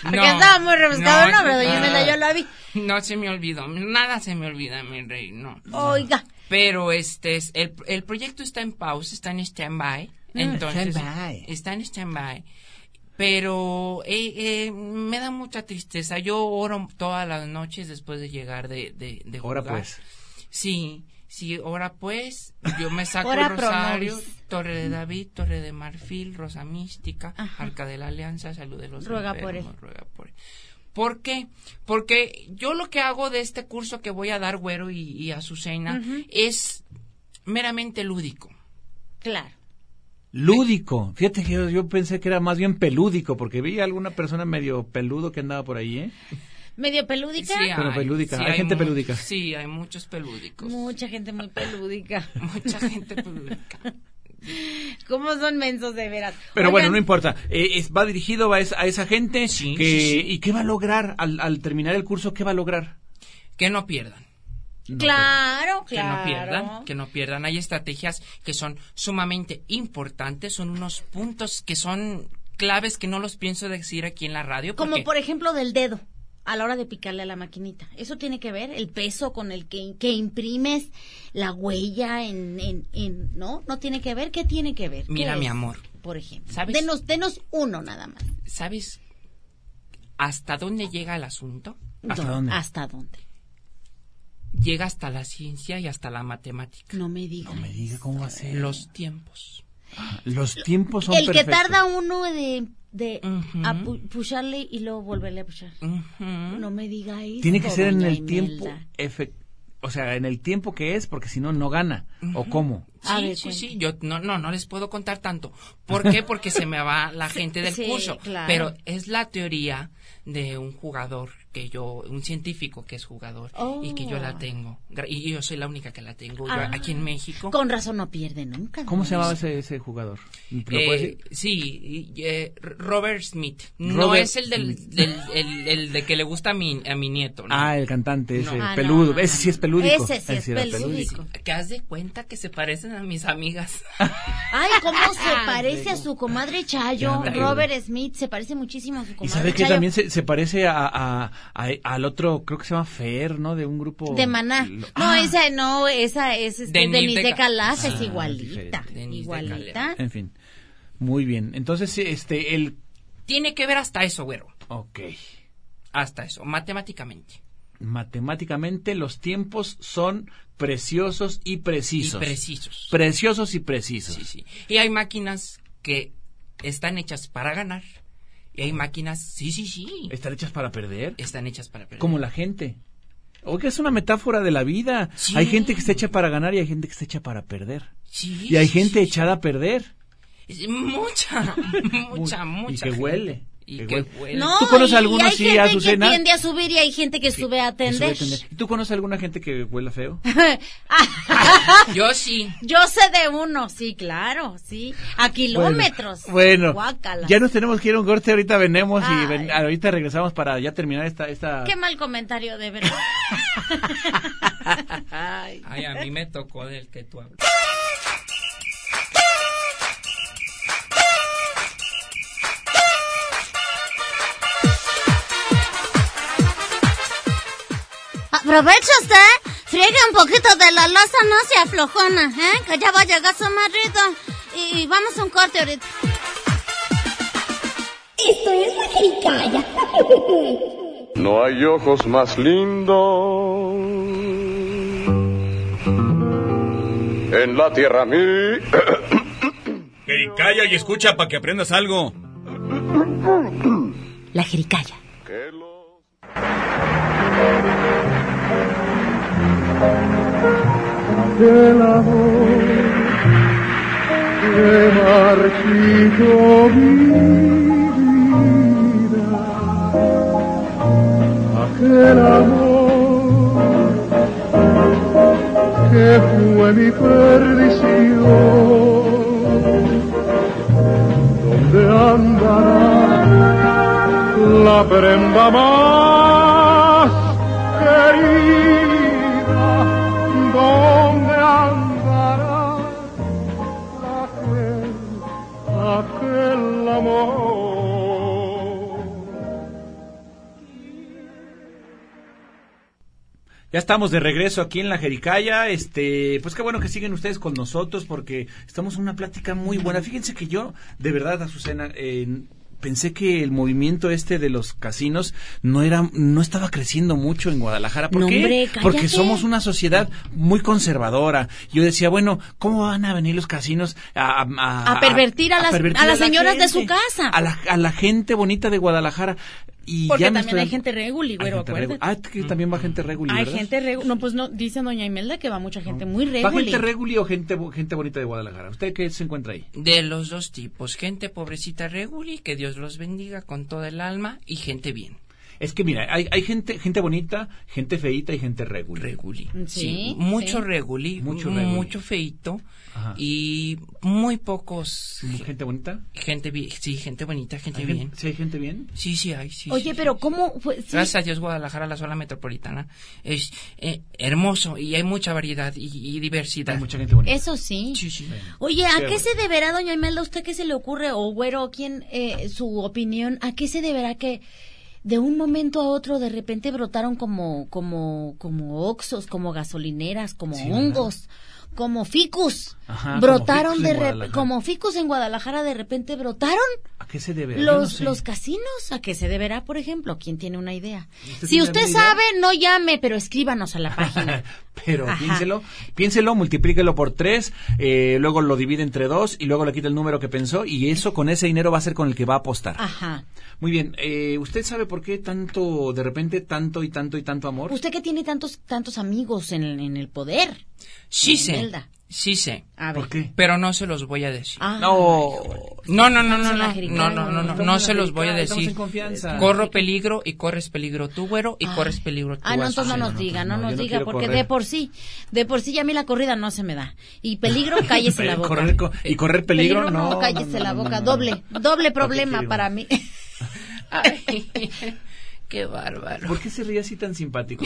B: Porque estaba muy rebuscado el nombre, doña Imelda, yo lo vi.
C: No se me olvidó, nada se me olvida, mi rey, no.
B: Oiga.
C: Pero este es- el, el proyecto está en pausa, está en stand-by.
D: Mm,
C: entonces,
D: stand-by.
C: está en stand-by. Pero eh, eh, me da mucha tristeza. Yo oro todas las noches después de llegar de, de, de
D: Ahora
C: jugar.
D: pues.
C: Sí, sí, ahora pues, yo me saco
B: Ora
C: el rosario,
B: pro nobis.
C: Torre de David, Torre de Marfil, Rosa Mística, Arca de la Alianza, Salud de los
B: Ruega por
C: enfermos, ruega por él. ¿Por qué? Porque yo lo que hago de este curso que voy a dar, Güero y, y Azucena,
B: Ujú.
C: es meramente lúdico.
B: Claro.
D: Lúdico. Fíjate que yo, yo pensé que era más bien pelúdico, porque vi a alguna persona medio peludo que andaba por ahí, ¿eh?
B: Medio pelúdica.
D: Pero pelúdica. hay, gente
C: mu-
D: pelúdica.
C: Sí, hay muchos pelúdicos.
B: Mucha gente muy pelúdica.
C: Mucha gente pelúdica.
B: ¿Cómo son mensos de veras?
D: Pero bueno,
B: Oigan,
D: no importa. Eh, es, va dirigido a, esa- a esa gente. que, ¿Y qué va a lograr al, al terminar el curso? ¿Qué va a lograr?
C: Que no pierdan.
B: Claro,
C: que no
B: claro.
C: pierdan, que no pierdan. Hay estrategias que son sumamente importantes, son unos puntos que son claves que no los pienso decir aquí en la radio.
B: Como
C: porque-
B: por ejemplo del dedo a la hora de picarle a la maquinita. Eso tiene que ver el peso con el que, que imprimes la huella en, en, en- ¿no? No tiene que ver. ¿Qué tiene que ver? ¿Qué
C: Mira, mi
B: es,
C: amor,
B: Por ejemplo.
C: ¿Sabes?
B: Denos, denos uno nada más.
C: ¿sabes hasta dónde llega el asunto?
D: ¿Hasta dónde?
B: ¿Hasta dónde?
C: Llega hasta la ciencia y hasta la matemática.
B: No me digas.
D: Me diga cómo va a ser.
C: Los tiempos.
D: Los tiempos son
B: el que
D: perfectos.
B: tarda uno de, de apu- pucharle y luego volverle a puchar.
C: Ujú.
B: No me diga eso.
D: Tiene que ser en
B: doña
D: el
B: Imelda.
D: tiempo. efe- o sea, en el tiempo que es, porque si no, no gana. ¿O cómo?
B: A
C: Sí,
B: ver,
C: sí,
B: cuenta.
C: sí, yo no, no, no les puedo contar tanto. ¿Por qué? Porque se me va la gente del
B: Sí,
C: curso.
B: claro.
C: Pero es la teoría de un jugador que yo, un científico que es jugador y que yo la
B: Oh.
C: tengo. Gra- Y yo soy la única que la tengo yo
B: Ah.
C: aquí en México.
B: Con razón no pierde nunca.
D: ¿Cómo se
B: doña
D: llamaba ese, ese jugador? ¿Me lo
C: Eh,
D: puedes decir?
C: sí, y, eh, R- Robert Smith. no
D: Robert
C: es el del,
D: Smith.
C: del- el, el de que le gusta a mi, a mi nieto. ¿no?
D: Ah, el cantante ese,
C: No.
B: Ah, no,
D: peludo.
B: no,
D: ese
B: no,
D: sí es
B: no.
D: pelúdico.
B: Ese sí es
D: era
B: pelúdico.
C: Que haz de cuenta que se parecen a mis amigas.
B: Ay, cómo se parece a su comadre Chayo.
D: Ya,
B: Robert Smith se parece muchísimo a su
D: Y
B: comadre
D: sabe que
B: Chayo.
D: también se, se parece a, a- a- al otro, creo que se llama Fer, ¿no? De un grupo.
B: De Maná.
D: Lo-
B: No,
D: Ah,
B: esa no, esa es este,
C: Denise
B: Denise
C: de
B: de
C: Ca-
B: Calaf, es
D: Ah,
B: igualita.
D: diferente.
C: Denise de
B: Igualita.
C: Calaf.
D: En fin. Muy bien. Entonces, sí, este, el.
C: Tiene que ver hasta eso, güero.
D: Ok.
C: Hasta eso, matemáticamente.
D: Matemáticamente, los tiempos son preciosos y precisos.
C: Y precisos.
D: Preciosos y precisos.
C: Sí, sí. Y hay máquinas que están hechas para ganar. Y hay máquinas, sí, sí, sí.
D: Están hechas para perder.
C: Están hechas para perder.
D: Como la gente. Oiga, es una metáfora de la vida.
C: Sí.
D: Hay gente que está hecha para ganar y hay gente que está hecha para perder.
C: Sí,
D: Y hay
C: sí,
D: gente
C: sí,
D: echada a perder.
C: sí. Mucha, mucha, mucha.
D: Y que
C: gente.
D: huele.
C: Y
D: Que
C: que
D: huele.
C: huele.
B: No,
D: ¿Tú conoces
B: y- y
D: algunos,
B: hay
D: sí,
B: gente
D: Azucena?
B: que tiende a subir y hay gente que sube a
D: Que sube
B: atender.
D: a tender. ¿Y tú conoces alguna gente que huela feo?
C: Yo sí.
B: Ah, Yo sé de uno, sí, claro, sí. A kilómetros.
D: Bueno,
B: Guácala.
D: ya nos tenemos que ir a un corte. Ahorita venemos y
B: Ay.
D: ven- ahorita regresamos para ya terminar esta. esta...
B: Qué mal comentario, de verdad.
C: Ay, a mí me tocó del que tú hablas.
L: Aprovecha usted, friegue ¿eh? un poquito de la loza, no se aflojona, ¿eh? Que ya va a llegar su marido. Y, y vamos a un corte ahorita.
A: Esto es la jericaya.
G: No hay ojos más lindos en la tierra a mí.
K: Ey, calla y escucha para que aprendas algo.
E: La jericaya.
G: que los-
I: del amor que marchito mi vida. Aquel amor que fue mi perdición. Donde andará la prenda más querida? ¿Dónde andará aquel, aquel amor?
D: Ya estamos de regreso aquí en la Jericaya. Este, pues qué bueno que siguen ustedes con nosotros porque estamos en una plática muy buena. Fíjense que yo, de verdad, Azucena, eh, pensé que el movimiento este de los casinos no era no estaba creciendo mucho en Guadalajara ¿por
B: No,
D: qué?
B: hombre, cállate.
D: porque somos una sociedad muy conservadora yo decía bueno cómo van a venir los casinos a,
B: A pervertir a las-
D: pervertir
B: a las
D: la
B: señoras de su
D: gente,
B: casa?
D: a la, a la gente bonita de Guadalajara y
M: Porque
D: ya me
M: también
D: estoy-
M: hay gente reguli, güero,
D: Hay gente regu-
M: acuérdate.
D: ah que también va gente reguli
M: Hay
D: ¿verdad?
M: gente reguli. No, pues no, dice doña Imelda que va mucha gente muy
D: va
M: reguli.
D: gente este reguli o gente bo- gente bonita de Guadalajara usted qué se encuentra ahí
C: De los dos tipos, gente pobrecita reguli, que Dios los bendiga con toda el alma, y gente bien.
D: es que mira hay, hay gente gente bonita gente feita y gente reguli reguli
C: mucho regulí,
D: Mucho
C: mucho,
D: reguli.
C: feito
D: Ajá.
C: y muy pocos.
D: ¿Gente bonita?
C: Gente bien, sí, gente bonita, gente
D: ¿Hay gen-
C: bien.
D: ¿Sí hay gente bien?
C: Sí, sí hay, sí. sí,
B: Oye,
C: sí.
B: pero ¿cómo fue? Sí.
C: Gracias a Dios, Guadalajara, la zona metropolitana, es eh, hermoso y hay mucha variedad y, y diversidad. Hay mucha
D: gente bonita.
B: Eso sí.
C: sí.
B: Oye,
C: Sí,
B: ¿a
C: bueno.
B: qué se deberá, doña Imelda, usted qué se le ocurre, o güero, quién, eh, su opinión, a qué se deberá que de un momento a otro de repente brotaron como, como, como oxos, como gasolineras, como
M: Sí,
B: hongos, como ficus?
D: Ajá, como
B: brotaron
D: ficus
B: de
D: en
B: rep-
D: Guadalajara.
B: como ficus en Guadalajara, de repente brotaron
D: ¿A qué se debe? Yo
B: los,
D: no sé.
B: los casinos. ¿A qué se deberá, por ejemplo? ¿Quién tiene una idea?
D: ¿Usted
B: si
D: tiene
B: usted
D: alguna idea?
B: sabe, no llame, pero escríbanos a la página.
D: Pero
B: Ajá.
D: piénselo, piénselo, multiplíquelo por tres, eh, luego lo divide entre dos y luego le quita el número que pensó y eso con ese dinero va a ser con el que va a apostar.
B: Ajá.
D: Muy bien, eh, ¿usted sabe por qué tanto, de repente, tanto y tanto y tanto amor?
B: Usted que tiene tantos, tantos amigos en, el- en el poder.
C: Sí sé,
B: Imelda.
C: sí sé.
B: A ver. ¿Por
D: qué?
C: Pero no se los voy a decir.
B: Ah.
D: No.
C: No, no, no, no,
D: Estamos en la
C: no,
D: jericaya,
C: no, no, no, no,
D: estamos
C: no
D: en
C: se
D: la
C: los voy a
D: jericaya, estamos
C: decir.
D: en confianza.
C: Corro peligro y corres peligro tú, güero, y corres peligro tú.
B: Ah, no, entonces no
C: Azucena.
B: nos diga, no, nos
C: yo
B: diga,
C: quiero
B: porque
C: correr.
B: de por sí, de por sí ya a mí la corrida no se me da. Y peligro, cállese la boca.
D: Correr co- y correr peligro, no. no,
B: cállese
D: no,
B: la
D: no,
B: boca,
D: no, no.
B: doble, doble problema
D: quiere
B: para mí.
C: Ay, qué bárbaro.
D: ¿Por qué se ríe así tan simpático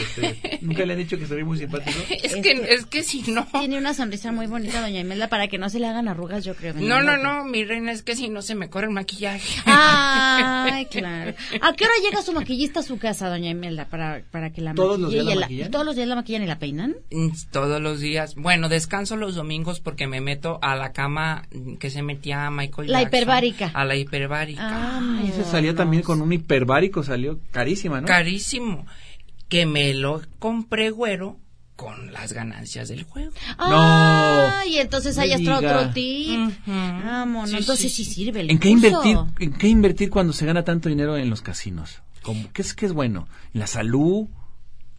D: usted? ¿Nunca le han dicho que se ríe muy simpático?
C: Es que, es que si no.
B: Tiene una sonrisa muy bonita, doña Imelda, para que no se le hagan arrugas, yo creo.
C: No, no, no, mi reina, es que si no se me corre el maquillaje.
B: Ah, Ay, claro. ¿A qué hora llega su maquillista a su casa, doña Imelda, para, para que la
C: ¿Todos los
B: maquille
C: días la
B: y
C: maquillan?
B: ¿Todos los días la maquillan y la peinan?
C: Mm, Todos los días. Bueno, descanso los domingos porque me meto a la cama mm, que se metía Michael
B: La
C: Jackson,
B: hiperbárica. Ah,
C: A la hiperbárica.
D: Ay, ese salió también con un hiperbárico, salió carísima, ¿no?
C: Carísimo. Que me lo compré, güero, con las ganancias del juego.
B: Ay, entonces
C: me
B: hay hasta otro
C: diga.
B: tip. Vámonos,
C: Sí,
B: entonces
C: sí,
B: sí, sirve el
D: ¿En qué
B: curso.
D: invertir? ¿En qué invertir cuando se gana tanto dinero en los casinos? ¿Cómo? ¿Qué es que es bueno? ¿La salud?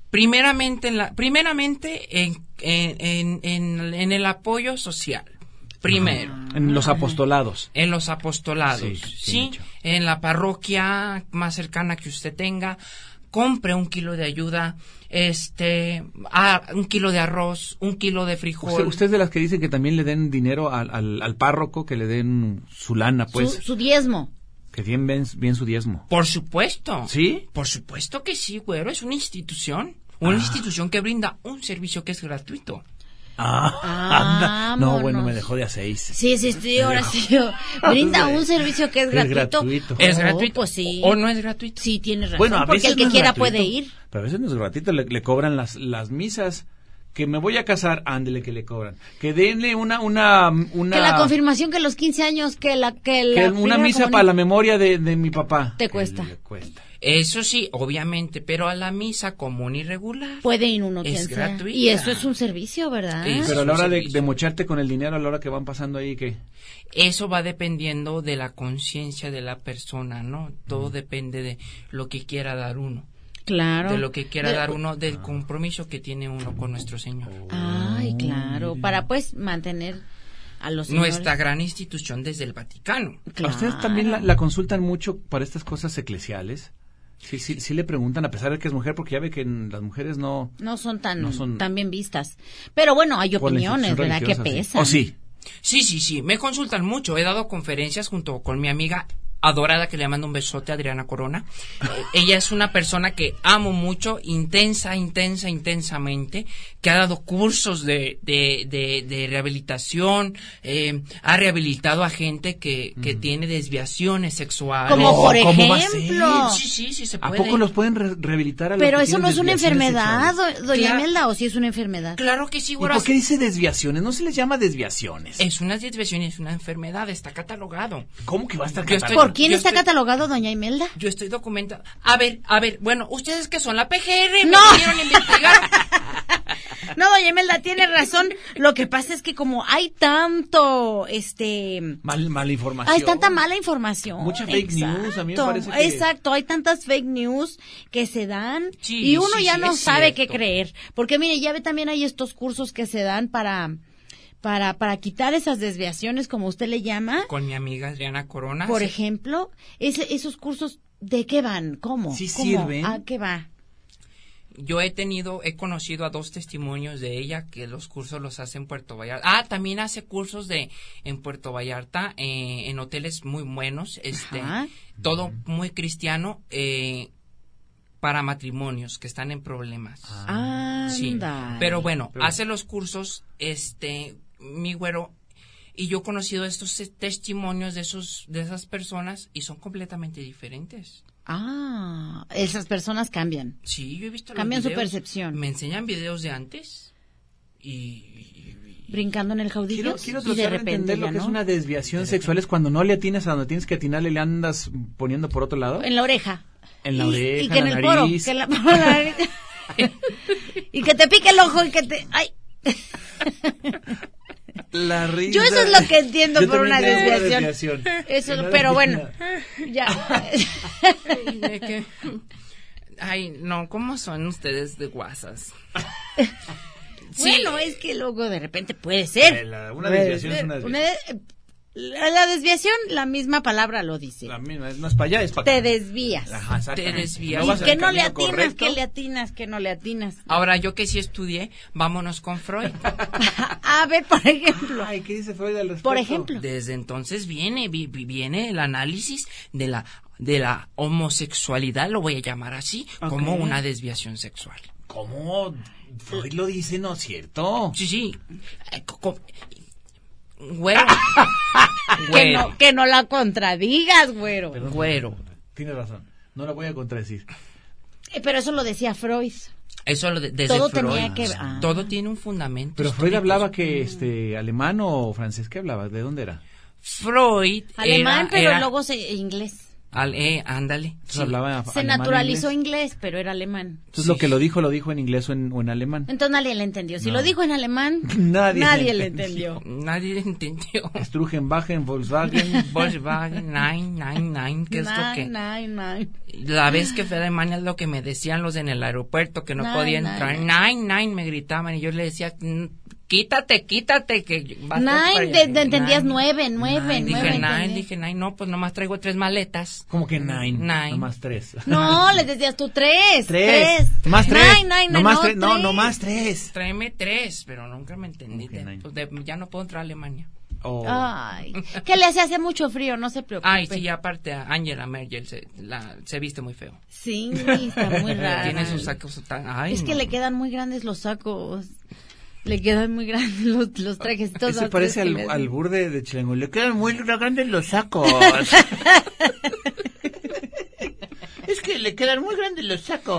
C: Primeramente en la, primeramente en, en, en, en- en el apoyo social. Primero.
D: En los apostolados.
C: En los apostolados,
D: Sí,
C: sí,
D: bien dicho.
C: en la parroquia más cercana que usted tenga, compre un kilo de ayuda, este, a- un kilo de arroz, un kilo de
D: Usted,
C: frijol.
D: usted es de las que dicen que también le den dinero al, al- al párroco, que le den su lana, pues.
B: su, su diezmo.
D: Que bien, bien, bien su diezmo.
C: Por supuesto.
D: ¿Sí?
C: Por supuesto que sí, güero, es una institución, una
D: Ah.
C: institución que brinda un servicio que es gratuito.
D: Ah, anda. No, bueno, me dejó de a seis.
B: Sí, sí, sí,
D: Me
B: ahora
D: dejó-
B: sí. Brinda
D: Hombre.
B: un servicio que es
D: Es
B: gratuito.
D: gratuito.
C: Es
B: No,
C: gratuito.
B: Pues sí.
C: O no es gratuito.
B: Sí, tienes razón.
D: Bueno, a
B: porque
D: veces
B: el que
D: no es
B: quiera
D: gratuito,
B: puede ir.
D: Pero a veces no es gratuito, le, le cobran las, las misas. Que me voy a casar, ándele que le cobran. Que denle una, una, una.
B: Que la confirmación que los 15 años, que la. Que la
D: que una
B: primera
D: misa
B: comunión
D: para la memoria de, de mi papá.
B: Te cuesta. Ah,
C: Eso sí, obviamente, pero a la misa común y regular.
B: Puede ir uno quien
C: Es
B: sea.
C: gratuita.
B: Y eso es un servicio, ¿verdad?
D: Pero a la hora de, de mocharte con el dinero, a la hora que van pasando ahí, que.
C: Eso va dependiendo de la conciencia de la persona, ¿no? Todo depende de lo que quiera dar uno.
B: Claro.
C: De lo que quiera
B: De-
C: dar uno, del compromiso que tiene uno con nuestro Señor.
B: Ah, Ay, claro,
C: Mm.
B: para pues mantener a los señores.
C: Nuestra gran institución desde el Vaticano.
D: ¿A ustedes también la, la consultan mucho para estas cosas eclesiales? Sí, sí, sí le preguntan, a pesar de que es mujer, porque ya ve que en- las mujeres no...
B: No son tan,
D: No son-
B: tan bien vistas. Pero bueno, hay
D: Por la
B: opiniones,
D: institución
B: ¿verdad? Que
D: religiosa, sí.
B: pesan.
D: ¿O Oh, sí?
C: Sí, sí, sí, me consultan mucho. He dado conferencias junto con mi amiga adorada que le mando un besote Adriana Corona. Eh, Ella es una persona que amo mucho, intensa, intensa, intensamente, que ha dado cursos de, de, de, de rehabilitación, eh, ha rehabilitado a gente que, que tiene desviaciones sexuales.
B: Como por
D: Mm. Oh, ¿cómo va a ser?
B: ejemplo.
C: Sí, sí, sí, se
D: ¿A
C: puede.
D: poco los pueden re- rehabilitar a los
B: Pero
D: que
B: eso no
D: tienen
B: es una
D: desviaciones
B: enfermedad,
D: sexuales?
B: do- doña
C: Claro.
B: Imelda, o sí es una enfermedad.
C: Claro que sí,
D: ¿Y
C: güero,
D: por qué dice desviaciones? No se les llama desviaciones.
C: Es una desviación, es una enfermedad, está catalogado.
D: ¿Cómo que va a estar
C: Yo estoy-
D: catalogado?
B: ¿Por quién
C: yo
B: está
C: estoy-
B: catalogado, doña Imelda?
C: Yo estoy documentada. A ver, a ver, bueno, ustedes que son la PGR,
B: No.
C: me vinieron a investigar.
B: No, doña Imelda tiene razón. Lo que pasa es que como hay tanto, este,
D: Mal, mala información.
B: hay tanta mala información.
D: Mucha fake news, a mí me parece que-
B: Exacto, hay tantas fake news que se dan
C: Sí,
B: y uno
C: sí,
B: ya
C: sí,
B: no
C: es
B: sabe
C: cierto.
B: qué creer. Porque mire, ya ve también hay estos cursos que se dan para, para, para quitar esas desviaciones, como usted le llama.
C: Con mi amiga Adriana
D: Ah,
C: Corona.
B: Por
C: se-
B: ejemplo, ese- esos cursos, ¿de qué van? ¿Cómo?
D: Sí
B: ¿Cómo?
D: sirven.
B: ¿A qué va?
C: Yo he tenido, he conocido a dos testimonios de ella que los cursos los hace en Puerto Vallarta. Ah, también hace cursos de en Puerto Vallarta, eh, en hoteles muy buenos, este,
B: Ajá.
C: todo muy cristiano, eh, para matrimonios que están en problemas.
B: Ah.
D: Ah,
C: Sí,
B: Ándale.
C: pero bueno, hace los cursos, este, mi güero, y yo he conocido estos eh, testimonios de esos, de esas personas y son completamente diferentes.
B: Ah, esas personas cambian.
C: Sí, yo he visto los
B: Cambian su
C: videos.
B: percepción.
C: Me enseñan videos de antes y, y- y-
B: Brincando en el
D: Quiero,
B: caudillo
D: quiero
B: y
D: tratar
B: de
D: de,
B: repente
D: entender lo
B: ya,
D: que es
B: ¿no?
D: una desviación sexual. Es cuando no le atinas a donde tienes que atinarle y le andas poniendo por otro lado.
B: En la oreja.
D: En la
B: Y-
D: oreja,
B: Y que en
D: la
B: el poro.
D: nariz.
B: que en la- la- y que te pique el ojo y que te... Ay,
D: La risa.
B: Yo eso es lo que entiendo
D: Yo
B: por
D: también
B: una
D: tengo
B: desviación. eso,
D: Que no
B: pero
D: le-
B: bueno, ya.
C: Ay, de que- Ay, no, ¿cómo son ustedes de guasas? Sí.
B: Bueno, es que luego de repente puede ser.
D: La- Una desviación es una
B: Una
D: desviación.
B: de- la, la desviación, la misma palabra lo dice.
D: La misma, es- no es para allá, es para
B: Te
D: acá.
B: desvías.
D: Ajá, exactamente.
C: Te desvías.
D: No
B: Y
D: vas al
B: que no le
D: camino
B: atinas,
D: correcto.
B: que le atinas, que no le atinas.
C: Ahora, yo que sí estudié, vámonos con Freud.
B: A ver, por ejemplo.
D: Ay, ¿qué dice Freud al respecto?
B: Por ejemplo.
C: Desde entonces viene, vi- vi- viene el análisis de la, de la homosexualidad, lo voy a llamar así, como una desviación sexual.
D: ¿Cómo? Freud lo dice, ¿no es cierto?
C: Sí, sí. Eh, co- co- Güero.
B: Que
C: Güero.
B: no, que no la contradigas, güero.
D: Perdón,
C: Güero.
D: Tienes razón. No la voy a contradecir.
B: Eh, Pero eso lo decía Freud.
C: Eso lo de- desde
B: Todo
C: Freud.
B: tenía que ver- ah.
C: Todo tiene un fundamento.
D: Pero Freud
C: histórico.
D: hablaba que este alemán o francés, ¿qué hablaba? ¿De dónde era?
C: Freud
B: Alemán,
C: era-
B: pero
C: era-
B: luego se, e inglés.
C: al- eh, ándale.
D: Entonces
C: sí.
D: hablaba
B: Se
D: alemán e
B: naturalizó
D: inglés.
B: inglés, pero era alemán.
D: Entonces lo que lo dijo, lo dijo en inglés o en, o en alemán.
B: Entonces nadie le entendió. Si lo dijo en alemán,
D: Nadie le
B: le
D: entendió.
B: entendió.
C: Nadie entendió.
D: Strugen, Bagen, Volkswagen.
C: Volkswagen 999, que es lo que...
B: Nine, nine, nine. Ah.
C: La vez que fui a Alemania es lo que me decían los en el aeropuerto que no
B: Nine,
C: podía
B: nine,
C: entrar.
B: nine.
C: Nine, nine, me gritaban y yo le decía, "Mm, quítate, quítate, que vas a
B: Nine,
C: estar para allá".
B: de- de- entendías
C: Nine.
B: nueve, nueve,
C: Nine,
B: nueve,
C: Dije nine,
B: entendí.
C: dije nine, no, pues nomás traigo tres maletas.
D: Como que nine.
C: Nine.
D: Nomás tres.
B: No, le decías tú tres. Tres.
D: Más tres.
B: Nine, nine, nine,
D: no, más tres. No,
B: tres.
D: no más tres.
C: Tráeme tres, pero nunca me entendí.
D: Como que
C: de-
D: nine.
C: pues, de- ya no puedo entrar a Alemania.
D: Oh.
B: Ay, que le hace hace mucho frío, no se preocupe.
C: Ay, sí, aparte, a Angela Merkel se, la- se viste muy feo.
B: Sí, está muy raro.
C: Tiene sus sacos tan... Ay,
B: es que
C: no.
B: le quedan muy grandes los sacos. Le quedan muy grandes los, los trajecitos.
D: Ese
B: azules
D: parece
B: que le
D: al,
B: hacen.
D: al burde de Chilango. Le quedan muy grandes los sacos. es que le quedan muy grandes los sacos.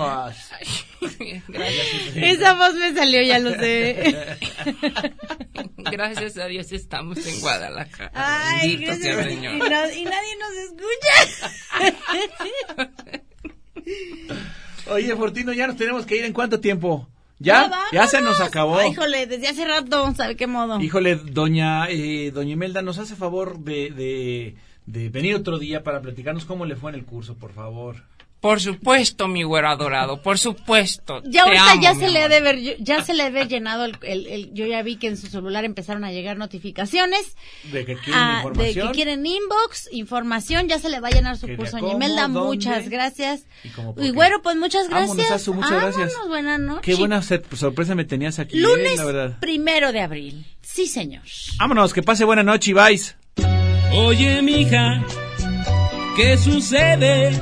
C: Gracias,
B: Esa voz me salió, ya lo sé.
C: gracias a Dios estamos en Guadalajara.
B: Ay,
C: Bendito sea
B: gracias.
C: el
B: Y,
C: Señor.
B: na- y nadie nos escucha.
D: Oye, Fortino, ya nos tenemos que ir. ¿En cuánto tiempo? ¿Ya?
B: vámonos.
D: Ya se nos acabó.
B: Ay, híjole, desde hace rato, ¿sabe qué modo?
D: Híjole, doña, eh, doña Imelda, ¿nos hace favor de, de, de venir otro día para platicarnos cómo le fue en el curso, por favor?
C: Por supuesto, mi güero adorado, por supuesto.
B: Ya
C: Te
B: ahorita
C: amo,
B: ya
C: mi
B: se le
C: amor.
B: ha de ver, ya se le debe llenado el, el- el- yo ya vi que en su celular empezaron a llegar notificaciones
D: De que
B: ah, de que quieren inbox, información, ya se le va a llenar su
D: Que de
B: curso.
D: cómo,
B: Imelda,
D: dónde
B: muchas grachas.
D: y cómo por
B: Y
D: qué.
B: güero, pues muchas
D: Vámonos,
B: gracias.
D: Azu, muchas gracias.
B: Vámonos, buena noche.
D: Qué buena sor- sorpresa me tenías aquí, eh,
B: Lunes
D: la verdad.
B: primero de abril. Sí, señor.
D: Vámonos, que pase buena noche y vais.
N: Oye, mija, ¿qué sucede?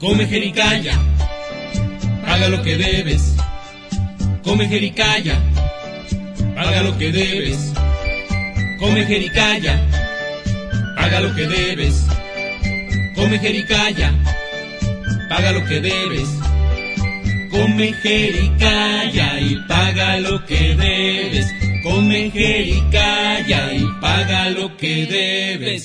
N: Come jericaya, paga lo que debes. Come jericaya, paga lo que debes. Come jericaya, paga lo que debes. Come jericaya paga lo que debes. Come jericaya y paga lo que debes. Come jericaya y paga lo que debes.